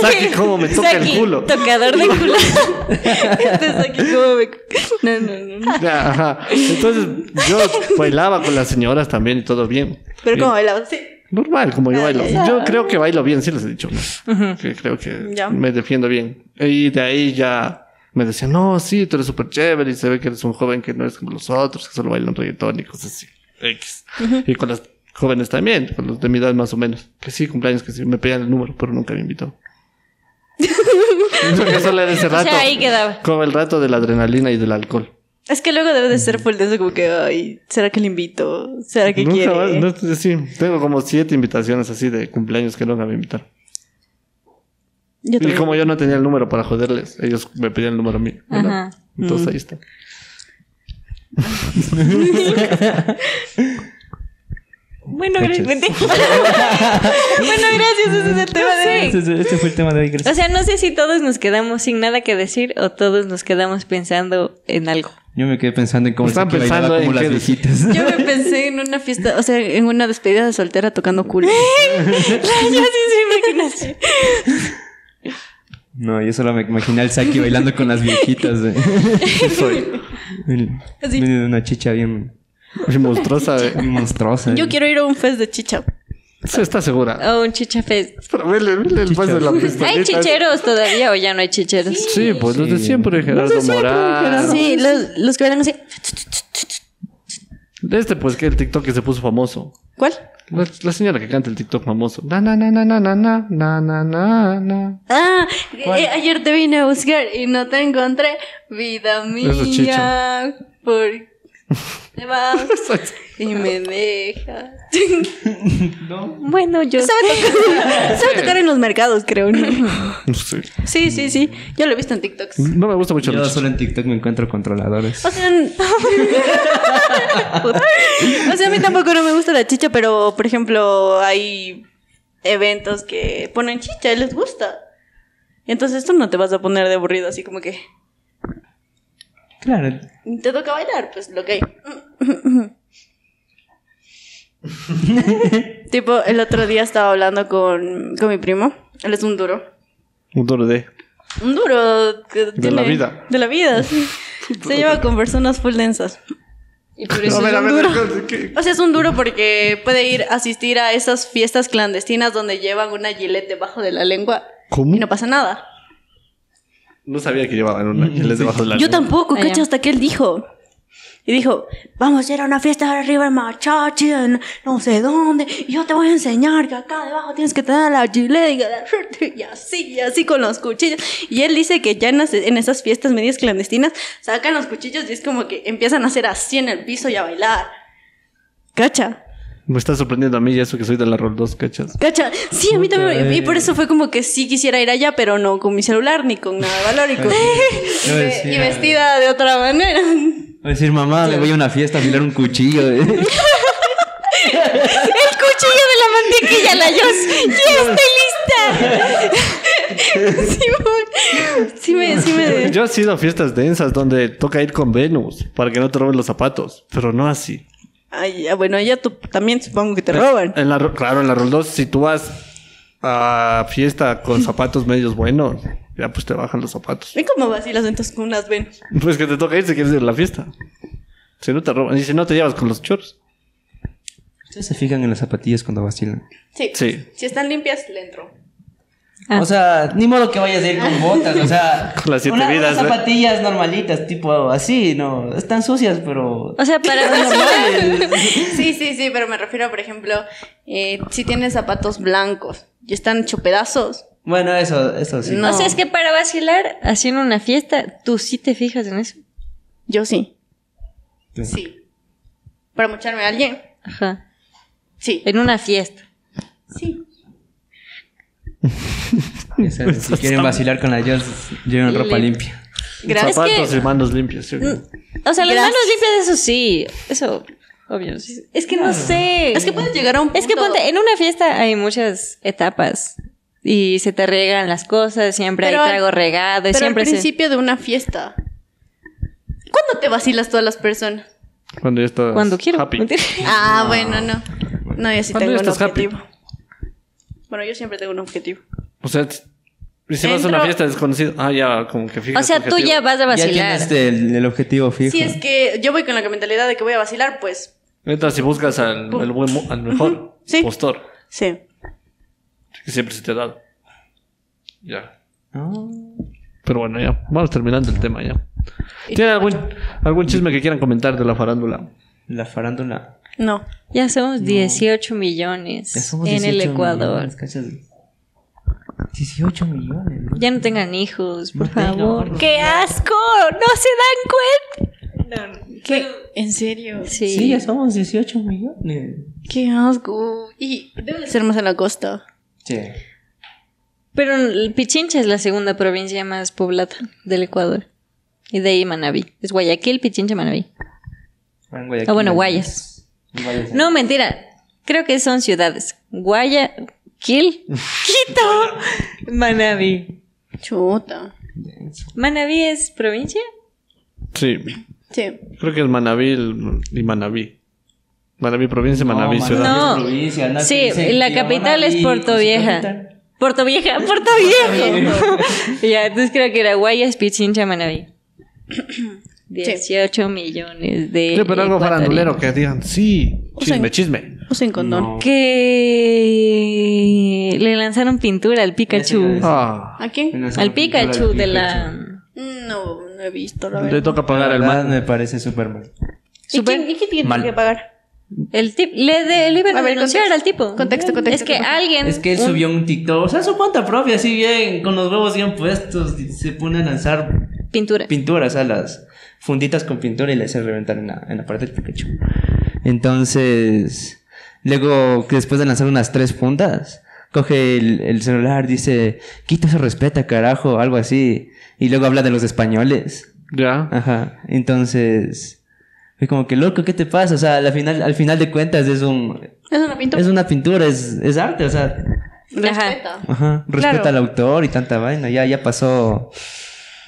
S1: Saque cómo me toca el
S4: Saki,
S1: culo.
S4: Tocador de culo.
S2: Entonces aquí como Este me... No, no, no.
S1: Ya, Ajá. Entonces yo bailaba con las señoras también y todo bien.
S2: Pero
S1: Y-
S2: como bailaba, sí.
S1: Normal, como yo
S2: Ah,
S1: bailo.
S2: ya, ya.
S1: Yo creo que bailo bien, sí les he dicho. ¿no? Que creo que
S2: Ya.
S1: me defiendo bien. Y de ahí ya me decían, no, sí, tú eres súper chévere y se ve que eres un joven que no eres como los otros, que solo bailan reggaetón y cosas así. X. Y con las jóvenes también, con los de mi edad más o menos. Que sí, cumpleaños, que sí, me pedían el número, pero nunca me invitó. Porque solo era ese
S4: O
S1: rato.
S4: sea, ahí quedaba.
S1: Como el rato de la adrenalina y del alcohol.
S2: Es que luego debe de ser full denso como que, ay, ¿será que le invito? ¿Será que
S1: Nunca
S2: quiere?
S1: más, Mm. no, es decir, tengo como siete invitaciones así de cumpleaños que nunca me invitaron.
S2: Yo
S1: Y
S2: también.
S1: como yo no tenía el número para joderles, ellos me pedían el número a mí. ¿verdad?
S4: Ajá.
S1: Entonces
S2: Mm.
S1: ahí está.
S4: Bueno, gracias. bueno, gracias. Ese es el tema de
S3: Este este fue el tema de hoy, gracias.
S4: O sea, no sé si todos nos quedamos sin nada que decir o todos nos quedamos pensando en algo.
S3: Yo me quedé pensando en cómo
S1: Están
S3: se
S1: pensando
S3: bailaba como
S1: en
S3: las
S1: qué decir.
S3: viejitas.
S2: Yo me pensé en una fiesta, o sea, en una despedida de soltera tocando culo.
S4: Yo sí sí imaginación.
S3: No, yo solo me imaginé al Saki bailando con las viejitas. eh. El-
S2: Así.
S3: medio de una chicha bien,
S1: Mi monstruosa. eh.
S3: bien monstruosa.
S2: Yo
S3: eh.
S2: quiero ir a un fest de chicha.
S1: Sí, está segura.
S4: O un chichafest.
S1: Pero vele, vele el paso de la pistolita.
S4: ¿Hay chicheros todavía o ya no hay chicheros?
S1: Sí, pues los de siempre, Gerardo Morán.
S2: Sí, los, los que bailan así.
S1: De este, pues que el TikTok que se puso famoso.
S2: ¿Cuál?
S1: La, la señora que canta el TikTok famoso. Na, na, na, na, na, na, na, na, na, na, na.
S2: Ah, eh, ayer te vine a buscar y no te encontré. Vida mía.
S1: Eso es chicha.
S2: Por... Te vas y me dejas.
S4: Bueno, yo.
S2: Sabe tocar, en los mercados, creo.
S1: No sé.
S2: Sí, sí, sí. Yo lo he visto en TikToks.
S1: No me gusta mucho
S3: Yo
S1: la
S3: solo en TikTok me encuentro controladores.
S2: O sea, n- o sea, a mí tampoco no me gusta la chicha, pero por ejemplo, hay eventos que ponen chicha y les gusta. Entonces tú no te vas a poner de aburrido así como que
S3: Claro.
S2: te toca bailar, pues lo que hay. tipo, el otro día estaba hablando con, con mi primo, él es un duro.
S1: Un duro de.
S2: Un duro que tiene-
S1: la vida.
S2: De la vida, sí. Se lleva con personas full densas.
S4: Y por
S1: A
S4: eso
S1: ver,
S4: yo-
S1: a ver, ¿qué?
S2: O sea, es un duro porque puede ir a asistir a esas fiestas clandestinas donde llevan una gilet debajo de la lengua
S1: ¿Cómo?
S2: y no pasa nada.
S1: No sabía que llevaban una. Que les debajo de la
S2: Yo tampoco,
S4: Ah, ya.
S2: cacho, hasta que él dijo. Y dijo, vamos a ir a una fiesta arriba en Machachi, en no sé dónde, y yo te voy a enseñar que acá debajo tienes que tener la chile y agarrarte, y así, y así con los cuchillos. Y él dice que ya en, las- en esas fiestas medias clandestinas sacan los cuchillos y es como que empiezan a hacer así en el piso y a bailar. ¿Cacha?
S1: Me está sorprendiendo a mí y eso que soy de la Roll 2, ¿cachas?
S2: ¿Cacha? Sí, a mí
S3: Puta
S2: también. Y por
S3: verga.
S2: eso fue como que sí quisiera ir allá, pero no con mi celular ni con nada de valor y, con- y ve-
S3: sí,
S2: y
S3: ah.
S2: vestida de otra manera.
S3: Voy a decir, mamá, le voy a una fiesta a afilar un cuchillo.
S4: El cuchillo de la mantequilla, la Yos. ¡Ya estoy lista! Simón.
S2: Sí me, sí me...
S1: Yo he sido a fiestas densas donde toca ir con Venus para que no te roben los zapatos, pero no así.
S2: Ay, ya, bueno, allá tú también supongo que te roban.
S1: En la, Ro- claro, en la Roll 2, si tú vas a fiesta con zapatos medios buenos, ya pues te bajan los zapatos.
S2: ¿Y cómo vacilas entonces con unas venas?
S1: Pues que te toca ir si quieres ir a la fiesta. Si no te roban, y si no te llevas con los chores.
S3: Ustedes se fijan en las zapatillas cuando vacilan.
S2: Sí.
S1: Sí.
S2: Si están limpias, le entro.
S4: Ah.
S3: O sea, ni modo que vayas a ir con botas, o sea,
S1: Con las siete
S3: una-
S1: vidas,
S3: unas
S1: ¿no?
S3: zapatillas normalitas, tipo así, no, están sucias, pero
S4: O sea, para
S2: Sí, sí, sí, pero me refiero, por ejemplo, eh, si tienes zapatos blancos y están hechos pedazos.
S3: bueno, eso eso sí.
S2: No.
S4: O sea, es que para vacilar haciendo una fiesta, tú sí te fijas en eso.
S2: Yo sí.
S3: Sí.
S2: Sí. ¿Para mocharme a alguien?
S4: Ajá.
S2: Sí.
S4: En una fiesta.
S2: Sí.
S3: Ya saben, si quieren vacilar con las Jones, lleven ropa
S4: Le-
S3: limpia.
S4: Gra- es
S1: zapatos
S4: que- Mm,
S1: y manos limpias. ¿sí?
S4: O sea, las
S2: Gracias.
S4: manos limpias, eso sí. Eso, obvio. sí. Es que no sé.
S2: Es que puedes llegar a un punto...
S4: Es que ponte, en una fiesta hay muchas etapas. Y se te regan las cosas, siempre
S2: Pero-
S4: hay trago regado. Y
S2: Pero al
S4: siempre se...
S2: principio de una fiesta. ¿Cuándo te vacilas todas las personas?
S1: Cuando ya estás
S4: Cuando quiero.
S1: Pues, happy.
S4: mentira.
S2: Ah, bueno, no. No, yo sí
S1: ¿Cuándo ya
S2: tengo un
S1: estás happy?
S2: objetivo. Bueno, yo siempre tengo un objetivo.
S1: O sea, t- y si vas a
S2: Entro-
S1: una fiesta desconocida, ah, ya, como que fijas
S4: O sea,
S1: tu
S4: tú
S1: objetivo.
S4: ya vas a
S3: Ya
S4: vacilar.
S3: tienes este, el, el objetivo fijo.
S2: Si es que yo voy con la mentalidad de que voy a vacilar, pues
S1: Entonces, si buscas al, al buen mo- al mejor
S2: Sí.
S1: postor,
S2: sí.
S1: que siempre se te ha dado. Ya.
S3: No.
S1: Pero bueno, ya, vamos terminando el tema ya. ¿Tienen algún, algún chisme que quieran comentar de la farándula?
S3: La farándula.
S2: No.
S4: Ya somos 18 millones
S3: Ya somos
S4: en el
S3: 18
S4: Ecuador.
S3: millones, ¿cachas? 18 millones. bro.
S4: Ya no tengan hijos, por
S3: No tengan,
S4: favor.
S3: no
S4: ¡Qué asco! ¡No se dan
S2: ¿Qué? ¿En serio?
S4: cuenta!
S3: Sí. ya somos 18 millones.
S2: Qué asco. Y debe ser más en la costa.
S3: Che.
S4: Pero Pichincha es la segunda provincia más poblada del Ecuador. Y de ahí Manabí. Es Guayaquil, Pichincha, Manabí.
S3: Bueno, Guayaquil.
S4: Ah, bueno, Guayas.
S3: Guayas.
S4: No, mentira. Creo que son ciudades. Guayaquil, Quito, Manabí.
S2: Chuta.
S4: ¿Manabí es provincia?
S1: Sí,
S2: Sí.
S1: creo que es Manabí el- y Manabí. Manabí provincia, Manabí
S3: Manabí
S1: ciudad.
S4: No.
S3: es provincia, anda,
S4: Sí,
S3: dice,
S4: la
S3: y
S4: capital es
S3: Manabí,
S4: Puerto
S3: su
S4: Vieja.
S3: capital.
S4: Puerto Vieja, Puerto Viejo. ya, entonces creo que era Guayas, Pichincha, Manabí. 18 millones de.
S1: Sí, pero algo
S4: ecuatorianos.
S1: farandulero que digan, sí,
S2: O sea,
S1: chisme, chisme.
S2: Usen condón.
S3: No.
S4: Que le lanzaron pintura al
S3: Ya
S4: Pikachu.
S3: sé, ya
S1: Ah,
S2: ¿A quién?
S4: Al Pikachu de la.
S2: No, no he visto, la
S1: le
S2: verdad.
S1: toca pagar al
S3: más
S1: man.
S3: me parece súper mal.
S2: ¿Y
S4: Super-
S2: quién, y quién tiene
S3: Mal.
S2: que pagar?
S4: El tip, le, de, le iban a,
S2: A ver,
S4: denunciar
S2: contexto.
S4: al tipo. Mm,
S2: Contexto, contexto,
S4: Es que
S2: contexto.
S4: alguien.
S3: Es que él
S4: un-
S3: subió un TikTok, o sea, su cuenta propia, así bien, con los huevos bien puestos, y se pone a lanzar
S4: Pintura.
S3: pinturas, a las funditas con pintura y le hace reventar en la, en la parte del Pikachu. Entonces, luego, que después de lanzar unas tres puntas, coge el, el celular, dice, quita se respeta, carajo, algo así. Y luego habla de los españoles.
S1: Ya.
S3: Ajá, entonces, fue como que, loco, ¿qué te pasa? O sea, al final, al final de cuentas es un...
S2: Es una pintura.
S3: Es una pintura, es, es arte, o sea,
S2: Respeta.
S3: Ajá, respeta
S2: Claro.
S3: al autor y tanta vaina. Ya, ya pasó.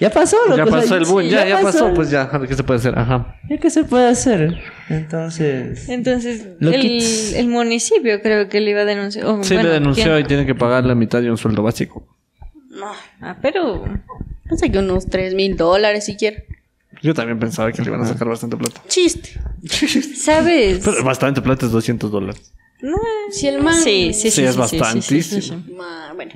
S3: Ya pasó,
S1: Ya
S3: loco, o sea,
S1: pasó el boom,
S3: sí,
S1: ya, ya pasó, pues ya, ¿qué se puede hacer? Ajá.
S3: ¿Ya qué se puede hacer? Entonces.
S4: Entonces,
S3: Lo
S4: el,
S3: quits.
S4: el municipio creo que le iba a denunciar. o,
S1: Sí,
S4: bueno,
S1: le denunció
S4: ¿quién?
S1: y tiene que pagar la mitad de un sueldo básico.
S2: No.
S4: Ah, pero.
S2: Pensé que unos 3 mil dólares siquiera.
S1: Yo también pensaba que le iban a sacar bastante plata.
S2: Chiste.
S4: ¿Sabes?
S1: Pero bastante plata es 200 dólares.
S4: No.
S2: Si el man-
S4: Sí,
S1: Sí,
S4: sí, sí.
S1: es
S4: sí, sí, sí,
S1: bastantísimo.
S2: Ma- bueno.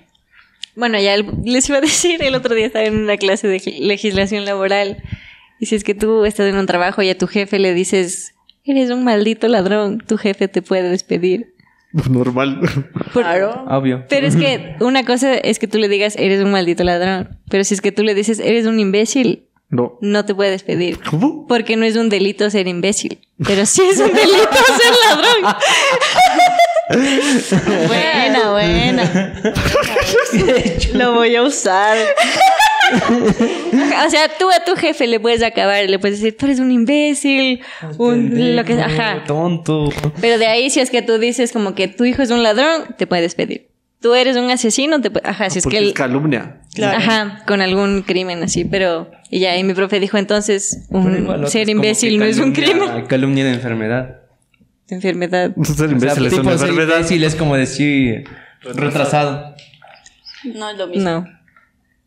S4: Bueno, ya el- les iba a decir, el otro día estaba en una clase de gi- legislación laboral Y si es que tú estás en un trabajo y a tu jefe le dices, eres un maldito ladrón, tu jefe te puede despedir.
S1: Normal.
S4: Por-
S2: Claro.
S3: Obvio.
S4: Pero es que una cosa es que tú le digas, eres un maldito ladrón. Pero si es que tú le dices, eres un imbécil,
S1: No.
S4: no te puede despedir.
S1: ¿Cómo?
S4: Porque no es un delito ser imbécil. Pero sí es un delito ser ladrón.
S2: Buena, buena.
S4: Lo voy a usar. O sea, tú a tu jefe le puedes acabar, le puedes decir, tú eres un imbécil, un lo que ajá.
S3: Tonto.
S4: Pero de ahí si es que tú dices como que tu hijo es un ladrón, te puedes despedir. Tú eres un asesino, te pu- ajá, si es
S1: Porque
S4: que él
S1: es calumnia.
S2: Claro.
S4: ajá, con algún crimen así, pero y ya y mi profe dijo entonces, un
S3: Pero igual,
S4: ser
S3: es como
S4: imbécil
S3: que
S4: no es un
S3: calumnia-
S4: crimen,
S3: Calumnia de enfermedad.
S4: enfermedad.
S1: Ser
S3: O sea,
S1: imbécil es
S3: tipo,
S1: una
S3: ser
S1: enfermedad.
S3: imbécil es como decir retrasado.
S2: No es lo mismo.
S4: No.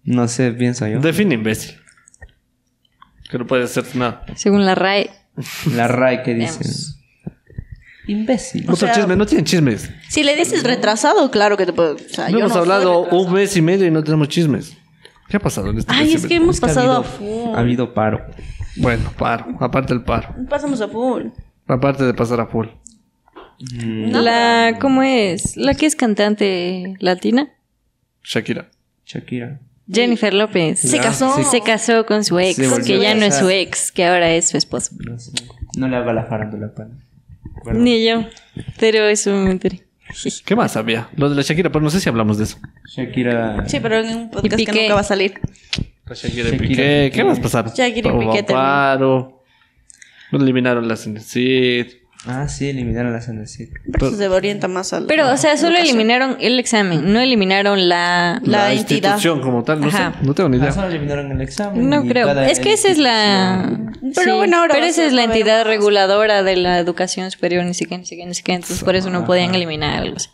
S3: No sé, pienso yo.
S1: Define imbécil. Que no puede hacer nada.
S4: Según la RAE,
S3: La RAI que dice.
S4: Veamos.
S3: Imbécil.
S1: Otro
S2: sea-
S1: chisme, no tienen chismes.
S2: Si le dices retrasado, claro que te puedo. O
S1: no
S2: sea, Ah, yo
S1: hemos
S2: no soy
S1: hablado un
S2: retrasada.
S1: mes y medio y no tenemos chismes. ¿Qué ha pasado en este
S2: Ay,
S1: mes y
S2: es que
S1: medio?
S2: hemos
S3: Es que ha
S2: pasado a
S3: habido-
S2: full.
S3: Ha habido paro.
S1: Bueno, paro. Aparte del paro.
S2: Pasamos a full.
S1: Aparte de pasar a full.
S3: Mm,
S2: No.
S4: la ¿cómo es? La que es cantante latina.
S1: Shakira.
S3: Shakira.
S4: Jennifer López
S2: Se casó.
S4: Se casó con su ex,
S3: Se volvió
S4: que ya
S3: a
S4: no es
S3: casar.
S4: su ex, que ahora es su esposo.
S3: No sé. No le haga la farándula, pana. Bueno.
S4: Ni yo, pero eso me enteré.
S1: ¿Qué más había? Lo de la Shakira, pero no sé si hablamos de eso.
S3: Shakira.
S2: Sí, pero en un podcast que
S4: Piqué.
S2: nunca va a salir.
S1: La Shakira,
S3: Shakira,
S1: Piqué. ¿Qué
S3: Piqué.
S1: más pasaron?
S2: Shakira y
S1: Hubo
S2: Piqué también.
S1: paro. Eliminaron la Cenecit.
S3: Ah, sí, eliminaron la Sanacid.
S2: Pero eso se orienta más a la-
S4: Pero, o sea, solo
S2: educación.
S4: eliminaron el examen, no eliminaron la...
S2: La entidad.
S1: institución como tal. No
S4: Ajá.
S1: sé. No tengo ni idea.
S3: Solo eliminaron el examen.
S4: No
S3: y
S4: creo.
S3: cada
S4: Es que esa es la...
S2: Pero bueno, ahora
S4: Pero
S2: va a
S4: esa
S2: ser
S4: es la
S2: todavía
S4: entidad
S2: más.
S4: reguladora de la educación superior, ni siquiera, ni siquiera, ni siquiera. Entonces, por eso no podían eliminar algo. así.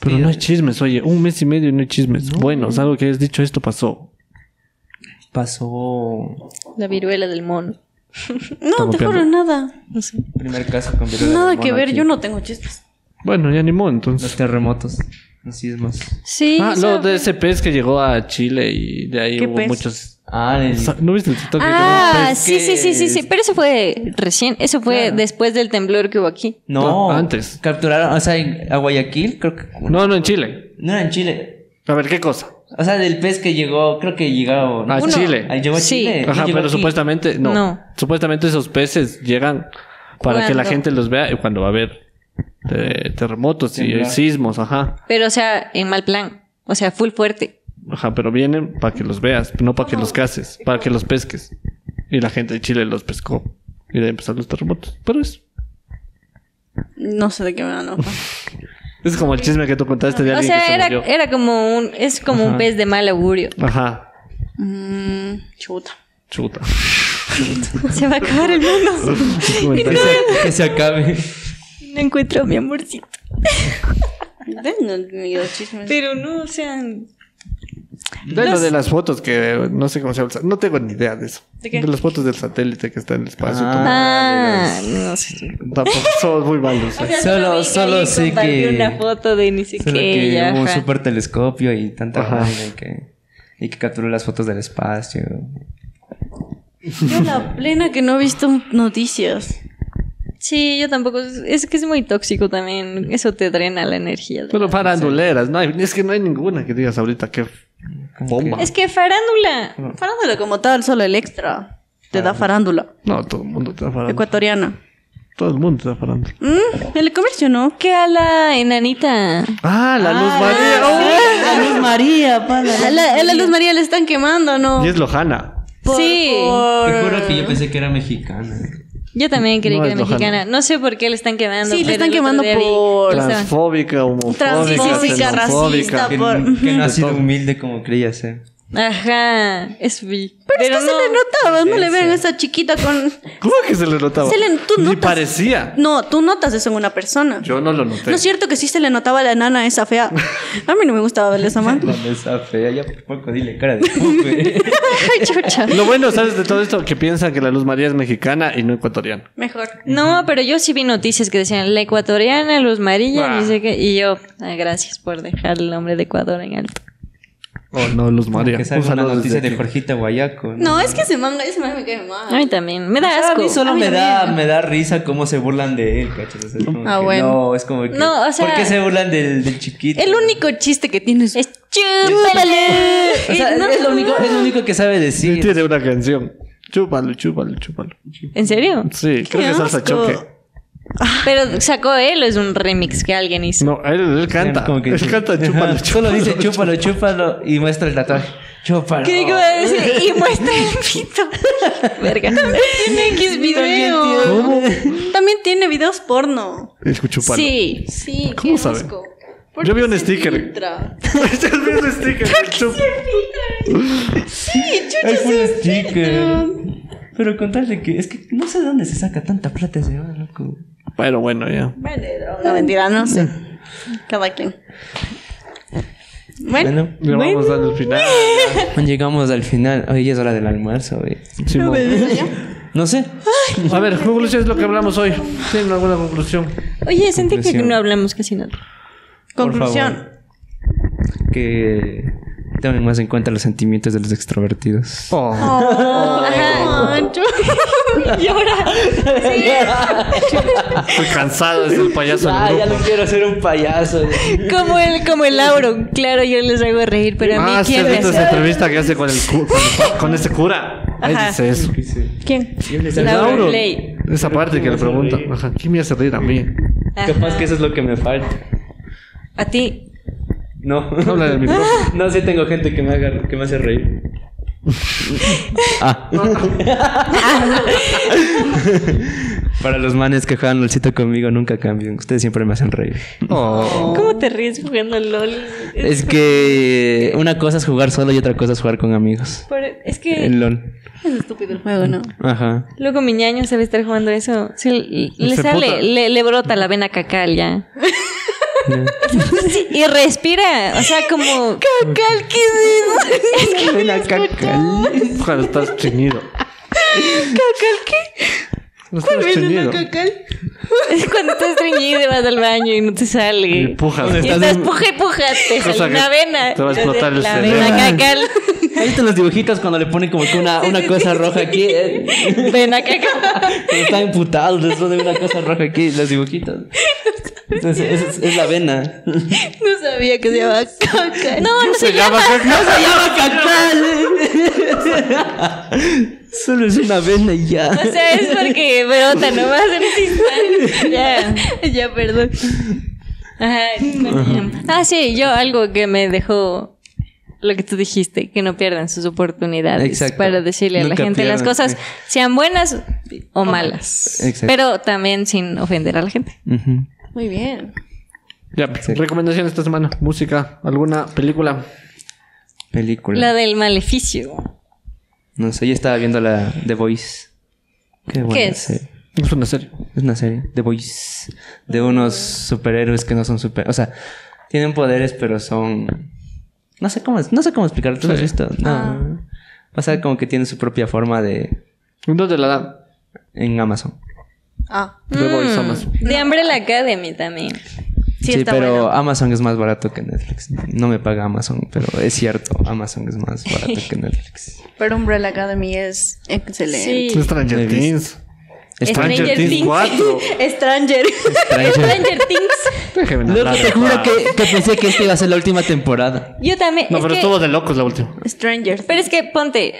S1: Pero no hay chismes, oye. Un mes y medio y no hay chismes. Bueno, es algo que has dicho, esto pasó.
S3: Pasó.
S4: La viruela del mono.
S2: No,
S1: Estamos
S2: te juro,
S1: viendo.
S2: nada.
S4: No sé.
S3: Primer caso con viruela
S2: Nada
S3: del
S2: que
S3: mono
S2: ver,
S3: aquí.
S2: yo no tengo chistes.
S1: Bueno, ya animó
S3: Los
S1: entonces.
S3: terremotos. Los sismos.
S4: Sí.
S1: Ah,
S4: o sea,
S1: lo de ese pez que llegó a Chile y de ahí
S2: ¿Qué
S1: hubo
S2: pez?
S1: muchos.
S3: Ah, el.
S1: Sa- ¿No viste el TikTok? que
S4: Ah,
S3: pues,
S4: sí, sí, sí, sí, sí,
S3: que-
S4: pero eso fue recién, eso fue
S3: Claro.
S4: después del temblor que hubo aquí.
S3: No.
S1: Ah, antes.
S3: Capturaron, o sea, en- a Guayaquil, creo que.
S1: llegó? No, no, en Chile.
S3: No era en Chile.
S1: A ver, ¿qué cosa?
S3: O sea, del pez que llegó, creo que llegó.
S1: A
S3: Ah,
S1: Chile.
S3: Llegó a
S4: Sí.
S3: Chile.
S1: Ajá,
S3: No llegó
S1: pero
S3: aquí.
S1: supuestamente, Eh, no.
S4: No.
S1: Supuestamente esos peces llegan para que la
S4: ¿Cuándo?
S1: gente los vea y cuando va a haber eh, terremotos y
S3: Temblar.
S1: sismos, ajá.
S4: Pero, o sea, en mal plan. O sea, full fuerte.
S1: Ajá, pero vienen para que los veas, no para que los cases, para que los pesques. Y la gente de Chile los pescó. Y de ahí empezaron los terremotos. Pero es,
S2: No sé de qué me van a hablar.
S1: es como el chisme que tú contaste de
S4: O
S1: alguien que
S4: sea,
S1: se
S4: era,
S1: murió.
S4: era como un... Es como un
S3: Ajá.
S4: pez de mal augurio.
S1: Ajá,
S2: Mm, chuta.
S1: chuta.
S4: Se va a acabar el mundo.
S3: Que se, que se acabe.
S4: No encuentro a mi amorcito.
S2: Den los chismes.
S4: Pero no, o sea... No
S1: De lo de las fotos que eh, no sé cómo se llama. el sa- No tengo ni idea de eso.
S2: ¿De
S1: ¿De,
S2: qué?
S1: las fotos del satélite que está en el espacio.
S4: Ah, no sé.
S1: Tamp- Tampoco somos muy malos. ¿eh?
S4: O sea,
S3: Solo-
S4: vi que
S3: solo
S4: alguien
S3: sé
S4: compartió
S3: que-
S4: una foto de ni
S3: Solo que
S4: siquiera.
S3: hubo un
S4: ajá.
S3: super telescopio y tanta
S1: Ajá.
S3: vaina y que, y que capturó las fotos del espacio.
S2: Yo la plena que no he visto noticias.
S4: Sí, yo tampoco... Es que es muy tóxico también. Eso te drena la energía.
S1: Pero faranduleras, no hay, es que no hay ninguna que digas ahorita que bomba.
S4: Es que farándula...
S2: Farándula como tal, solo el extra. Te da farándula.
S1: No, todo el mundo está farándula.
S2: Ecuatoriana.
S1: Todo el mundo está farándula.
S2: Mm, el comercio, ¿no?
S4: ¿Qué a la enanita?
S1: Ah, la luz María.
S2: La Luz María, A la, a la Luz María le están quemando, ¿no?
S1: Y es Lojana.
S2: Por-
S4: Sí.
S2: por-
S3: Te juro que yo pensé que era mexicana.
S4: Yo también creí
S1: No
S4: que
S1: es
S4: era
S1: lojana.
S4: mexicana. No sé por qué le están quemando.
S2: Sí, le
S4: pero el
S2: están
S4: otro
S2: quemando
S4: día vi-
S2: por-
S4: Estaban-
S1: Transfóbica, homofóbica,
S2: Transfóbica,
S1: xenofóbica.
S2: racista.
S3: Que,
S2: Por-
S3: n- que no ha sido humilde como creía ser.
S4: Ajá, eso vi. Pero,
S2: Es que se
S4: no.
S2: le notaba, no le
S3: Sí,
S2: vean
S3: sí.
S2: a esa chiquita con...
S1: ¿Cómo que se le notaba?
S2: Se le- tú
S1: Ni
S2: notas-
S1: parecía.
S2: No, tú notas eso en una persona.
S1: Yo no lo noté.
S2: No es cierto que sí se le notaba la nana esa fea. A mí no me gustaba verle esa mano.
S3: Dale esa fea, ya por poco dile cara de pupe.
S4: Ay, chucha.
S1: Lo bueno, ¿sabes? De todo esto que piensan que la luz María es mexicana y no ecuatoriana.
S2: Mejor.
S4: No, pero yo sí vi noticias que decían la ecuatoriana, Luz Marilla,
S1: Ah.
S4: dice que. Y yo, ah, gracias por dejar el nombre de Ecuador en alto.
S1: Oh, no, los María.
S3: Que salga una noticia de Jorgita Guayaco.
S2: No, es que ese man, ese man me cae mal.
S4: A mí también. Me da
S3: O sea,
S4: asco.
S3: Ah, A mí solo
S2: A mí
S3: me, da,
S2: también.
S3: me da risa cómo se burlan de él, ¿cachas? O sea, es como
S2: Ah,
S3: que
S2: bueno.
S3: No, es como que.
S4: No, o sea-
S3: ¿Por qué se burlan del, del chiquito?
S2: El único chiste que tienes
S4: Es chúpale.
S3: O sea,
S4: Eh, no,
S3: es, lo
S4: no,
S3: único,
S4: no.
S3: es lo único que sabe decir.
S1: Tiene una canción. Chúpalo, chúpalo, chúpalo.
S4: ¿En serio?
S1: Sí, creo que es salsa
S2: asco.
S1: choque.
S4: Pero sacó él o es un remix que alguien hizo.
S1: No, él, él canta.
S3: Como que-
S1: él canta,
S3: Ajá,
S1: chúpalo,
S3: Solo
S1: chúpalo.
S3: dice chúpalo, chúpalo y muestra el tatuaje. Chúpalo.
S4: ¿Qué iba a decir? Y muestra el pito. Verga. Tiene X video.
S1: ¿Cómo?
S2: También tiene videos porno.
S1: Es que chúpalo.
S4: Sí.
S2: Sí,
S1: ¿Cómo
S2: qué
S1: sabe?
S2: asco.
S1: Yo vi
S2: qué
S1: un
S2: se
S1: sticker.
S2: filtra?
S1: Este es el mismo sticker. Chup-
S2: Sí, chucha,
S3: Ay,
S2: sí.
S3: full sticker.
S2: filtran.
S3: Pero contarle que es que no sé de dónde se saca tanta plata ese man, loco.
S1: Pero bueno, ya.
S2: Vale, No, mentira, no sé. Cada quien. Bueno,
S3: Bueno,
S1: Ya vamos dando el final.
S3: llegamos al final. Hoy es hora del almuerzo, güey.
S1: Simón.
S3: No sé.
S1: A ver, conclusión es lo que hablamos hoy. ¿Tienen alguna conclusión?
S4: Oye, sentí que
S3: Conclusión.
S4: no hablamos casi nada.
S3: Por
S2: conclusión.
S3: favor. Que tomen más en cuenta los sentimientos de los extrovertidos.
S2: Ajá.
S4: Y ahora.
S1: Estoy cansado de ser payaso en el grupo.
S3: Ah, quiero hacer un payaso.
S4: Como el, como el Lauro. Claro, yo les hago reír, pero a mí
S1: Ah, sí,
S4: quién
S1: has
S4: me
S1: visto
S4: hace-
S1: esa entrevista que hace con, el cu- con, el pa- con este cura. Él
S4: Ajá.
S1: dice eso.
S4: ¿Quién?
S1: Lauro.
S4: Play.
S1: Esa parte que le pregunta. Ajá, ¿Quién me hace reír a mí?
S3: Capaz que eso es lo que me falta.
S4: Ah, A ti.
S3: No.
S1: Habla del micrófono.
S3: No, sí tengo gente que me, haga, que me hace reír. ah. Para los manes que juegan LOLcito conmigo, nunca cambien. Ustedes siempre me hacen reír.
S1: Oh.
S4: ¿Cómo te ríes jugando al LOL?
S3: Es que una cosa es jugar solo y otra cosa es jugar con amigos.
S4: Por- Es que
S3: El LOL.
S2: Es estúpido el juego, ¿no?
S3: Ajá.
S4: luego mi ñaño sabe estar jugando eso. Sí, le, le
S1: Se puta.
S4: sale, le, le brota la vena cacal ya.
S3: Ya.
S4: Y respira, o sea, como... Cacal, ¿qué es eso?
S3: Ven acá, cal-
S1: Ojalá estás chiñido. ¿Cacal qué? No estás chiñido.
S4: Es cuando estás estreñido y vas al baño y no te
S1: Y
S4: sale.
S1: empujas.
S4: Y
S3: Estás
S4: estás
S3: en-
S4: puja y puja, te
S1: Cosa
S4: sale
S1: que
S4: una vena.
S1: te va a explotar el
S4: la
S1: cerebro.
S4: vena cacal.
S3: ¿Has visto los dibujitos cuando le ponen como que una, una cosa roja aquí? Eh,
S4: Vena cacal.
S3: Cuando están emputados, les ponen una cosa roja aquí, los dibujitos. Entonces, es, es- es la vena.
S2: No sabía que se llamaba cacal.
S4: No, no se
S1: llama
S4: llama.
S1: cacal.
S3: llama Solo es una vena y ya.
S4: O sea, es porque brota nomás en ese instante. Ya.
S2: ya, perdón.
S4: Ajá, ah, sí, yo algo que me dejó lo que tú dijiste, que no pierdan sus oportunidades
S3: Exacto.
S4: para decirle a la
S3: Nunca
S4: gente las
S3: pierdan,
S4: cosas,
S3: sí.
S4: sean buenas o malas,
S3: Exacto.
S4: pero también sin ofender a la gente.
S3: Ujú.
S2: Muy bien.
S1: Ya, recomendación esta semana. Música, alguna película.
S3: Película.
S4: La del maleficio.
S3: No sé, yo estaba viendo la The Voice. Qué, buena
S4: ¿Qué es?
S3: serie.
S1: Es una serie.
S3: Es una serie, The Voice. De unos superhéroes que no son super... O sea, tienen poderes, pero son... No sé cómo, no sé cómo explicarlo. ¿Tú lo has
S1: Sí.
S3: visto? No.
S4: Ah.
S3: O sea, como que tienen su propia forma de...
S1: ¿Dónde la dan?
S3: En Amazon.
S2: Ah,
S1: The Voice, Amazon.
S4: Mm. De hambre la Academy también.
S2: sí, está
S3: pero
S2: bueno.
S3: Amazon es más barato que Netflix. No me paga Amazon, pero es cierto. Amazon es más barato que Netflix.
S2: Pero Umbrella Academy es excelente.
S4: Sí.
S1: Stranger Things. Stranger Things
S4: Things.
S1: 4.
S4: Stranger. Stranger Things.
S1: Déjeme
S3: Loco,
S1: hablar,
S3: te juro
S1: pa.
S3: que, que pensé que esta iba a ser la última temporada.
S4: Yo también.
S1: No,
S4: es
S1: pero
S4: que-
S1: estuvo de locos la última.
S2: Stranger.
S4: Pero es que ponte,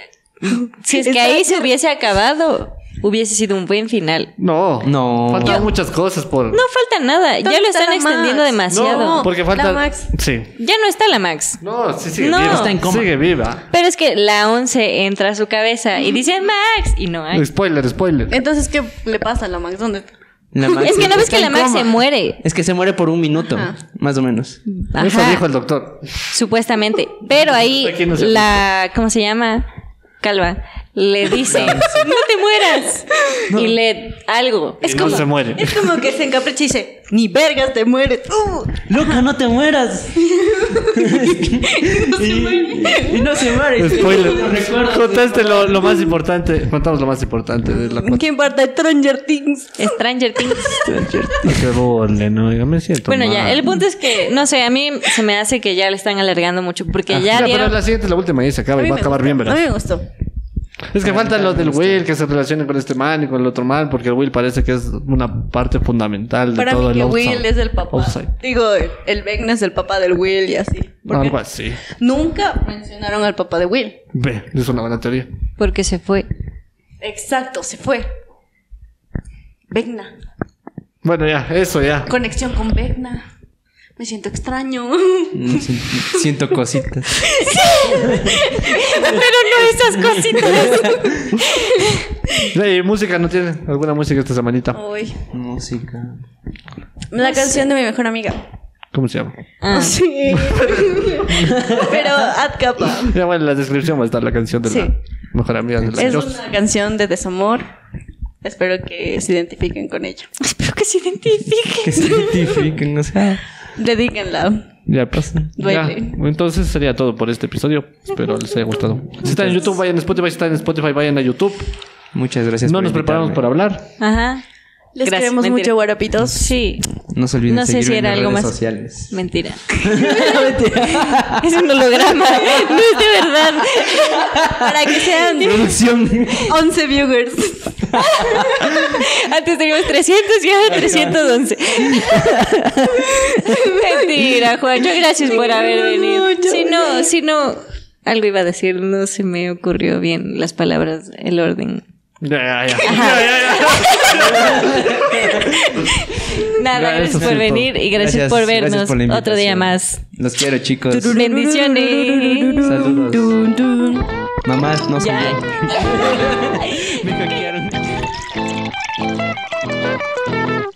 S4: si es que ahí se hubiese acabado, hubiese sido un buen final.
S1: No.
S3: No.
S1: Faltan
S3: Yo-
S1: muchas cosas por.
S4: No falta nada, ya lo están
S2: Falta la
S4: extendiendo
S2: Max.
S4: demasiado.
S1: No, porque falta.
S2: La Max.
S1: Sí.
S4: Ya no está la Max.
S1: No, sí, sigue
S4: No.
S1: viva.
S4: Está
S3: en coma.
S1: Sigue viva.
S4: Pero es que la 11 entra a su cabeza y dice Max y no hay.
S1: Spoiler, spoiler.
S2: Entonces, ¿qué le pasa a la Max? ¿Dónde está?
S3: La Max-
S4: Es que no ves
S1: está
S4: que la
S1: en
S4: Max
S1: coma.
S4: se muere.
S3: Es que se muere por un minuto,
S2: Ajá.
S3: más o menos.
S1: Eso
S4: Ajá.
S1: dijo el doctor.
S4: Supuestamente. Pero ahí
S1: Aquí no se
S4: la. ¿Cómo se llama? Calva. le dice, no te mueras. Y le algo.
S1: Y no se muere.
S2: Es como que se encapricha y dice, ni vergas te mueres. Uh,
S3: Loca, no te mueras. y, y no se muere.
S1: Spoiler. Contaste lo, lo más importante. Contamos lo más importante de la
S2: ¿Qué importa? Stranger Things.
S4: Stranger Things.
S1: Qué bole, no, yo me siento
S4: Bueno,
S1: mal.
S4: ya, el punto es que, no sé, a mí se me hace que ya le están alargando mucho porque
S1: Ah,
S4: ya
S1: mira,
S4: dieron...
S1: pero la siguiente es la última y se acaba y Ah, va a acabar bien,
S2: A
S1: ¿verdad?
S2: mí me gustó.
S1: Es que falta lo del Will que se relacione con este man y con el otro man, porque el Will parece que es una parte fundamental de
S2: Para
S1: todo
S2: mí
S1: el
S2: que
S1: outside.
S2: Will es el papá.
S1: Outside.
S2: Digo, el- el Vecna es el papá del Will y así. Porque
S1: Algo así.
S2: nunca mencionaron al papá de Will.
S1: Ve, es una buena teoría.
S4: Porque se fue.
S2: Exacto, se fue. Vecna.
S1: Bueno, ya, eso ya.
S2: Conexión con Vecna. Me siento extraño.
S3: Mm, siento- Siento cositas.
S4: Pero no esas cositas.
S1: Ey, música no tiene alguna música esta semanita.
S2: Uy.
S3: Música.
S2: La canción de mi mejor amiga.
S1: ¿Cómo se llama?
S4: Ah,
S2: Sí. Pero ad capa.
S1: Ya, bueno, en la descripción va a estar la canción de la
S2: Sí.
S1: mejor amiga de la
S2: Es
S1: Joss.
S2: una canción de desamor. Espero que se identifiquen con ella.
S4: espero que se identifique.
S3: Que se identifiquen, o sea.
S2: Dedíquenla.
S1: Ya, pues. Ya.
S2: Duele.
S1: Entonces sería todo por este episodio. Espero les haya gustado. Si están en YouTube, vayan a Spotify. Si están en Spotify, vayan a YouTube.
S3: Muchas gracias
S1: No
S3: por
S1: nos preparamos
S3: invitarme.
S1: para hablar.
S4: Ajá.
S2: Les
S4: Gracias,
S2: queremos
S4: mentira.
S2: mucho, guarapitos.
S4: Sí,
S3: No se olviden
S4: No sé si
S3: seguirme en
S4: era
S3: las
S4: algo
S3: redes
S4: más-
S3: sociales.
S4: mentira. Es un holograma. No es de verdad.
S2: Para que sean
S3: Producción.
S2: 11 viewers.
S4: Antes teníamos 300 y ahora 311. Mentira, Juancho. Gracias por haber venido. Si no, si no, algo iba a decir. No se me ocurrió bien las palabras, el orden.
S1: Ya, ya, ya. Ya, ya, ya.
S4: Nada,
S1: Ya, eso
S4: gracias por
S1: sí, todo.
S4: venir y gracias, por vernos
S3: gracias por la
S4: otro día más.
S3: invitación. Los quiero, chicos.
S4: Bendiciones.
S3: Saludos. Mamás, no se
S4: Ya.
S3: olviden. Me hackearon.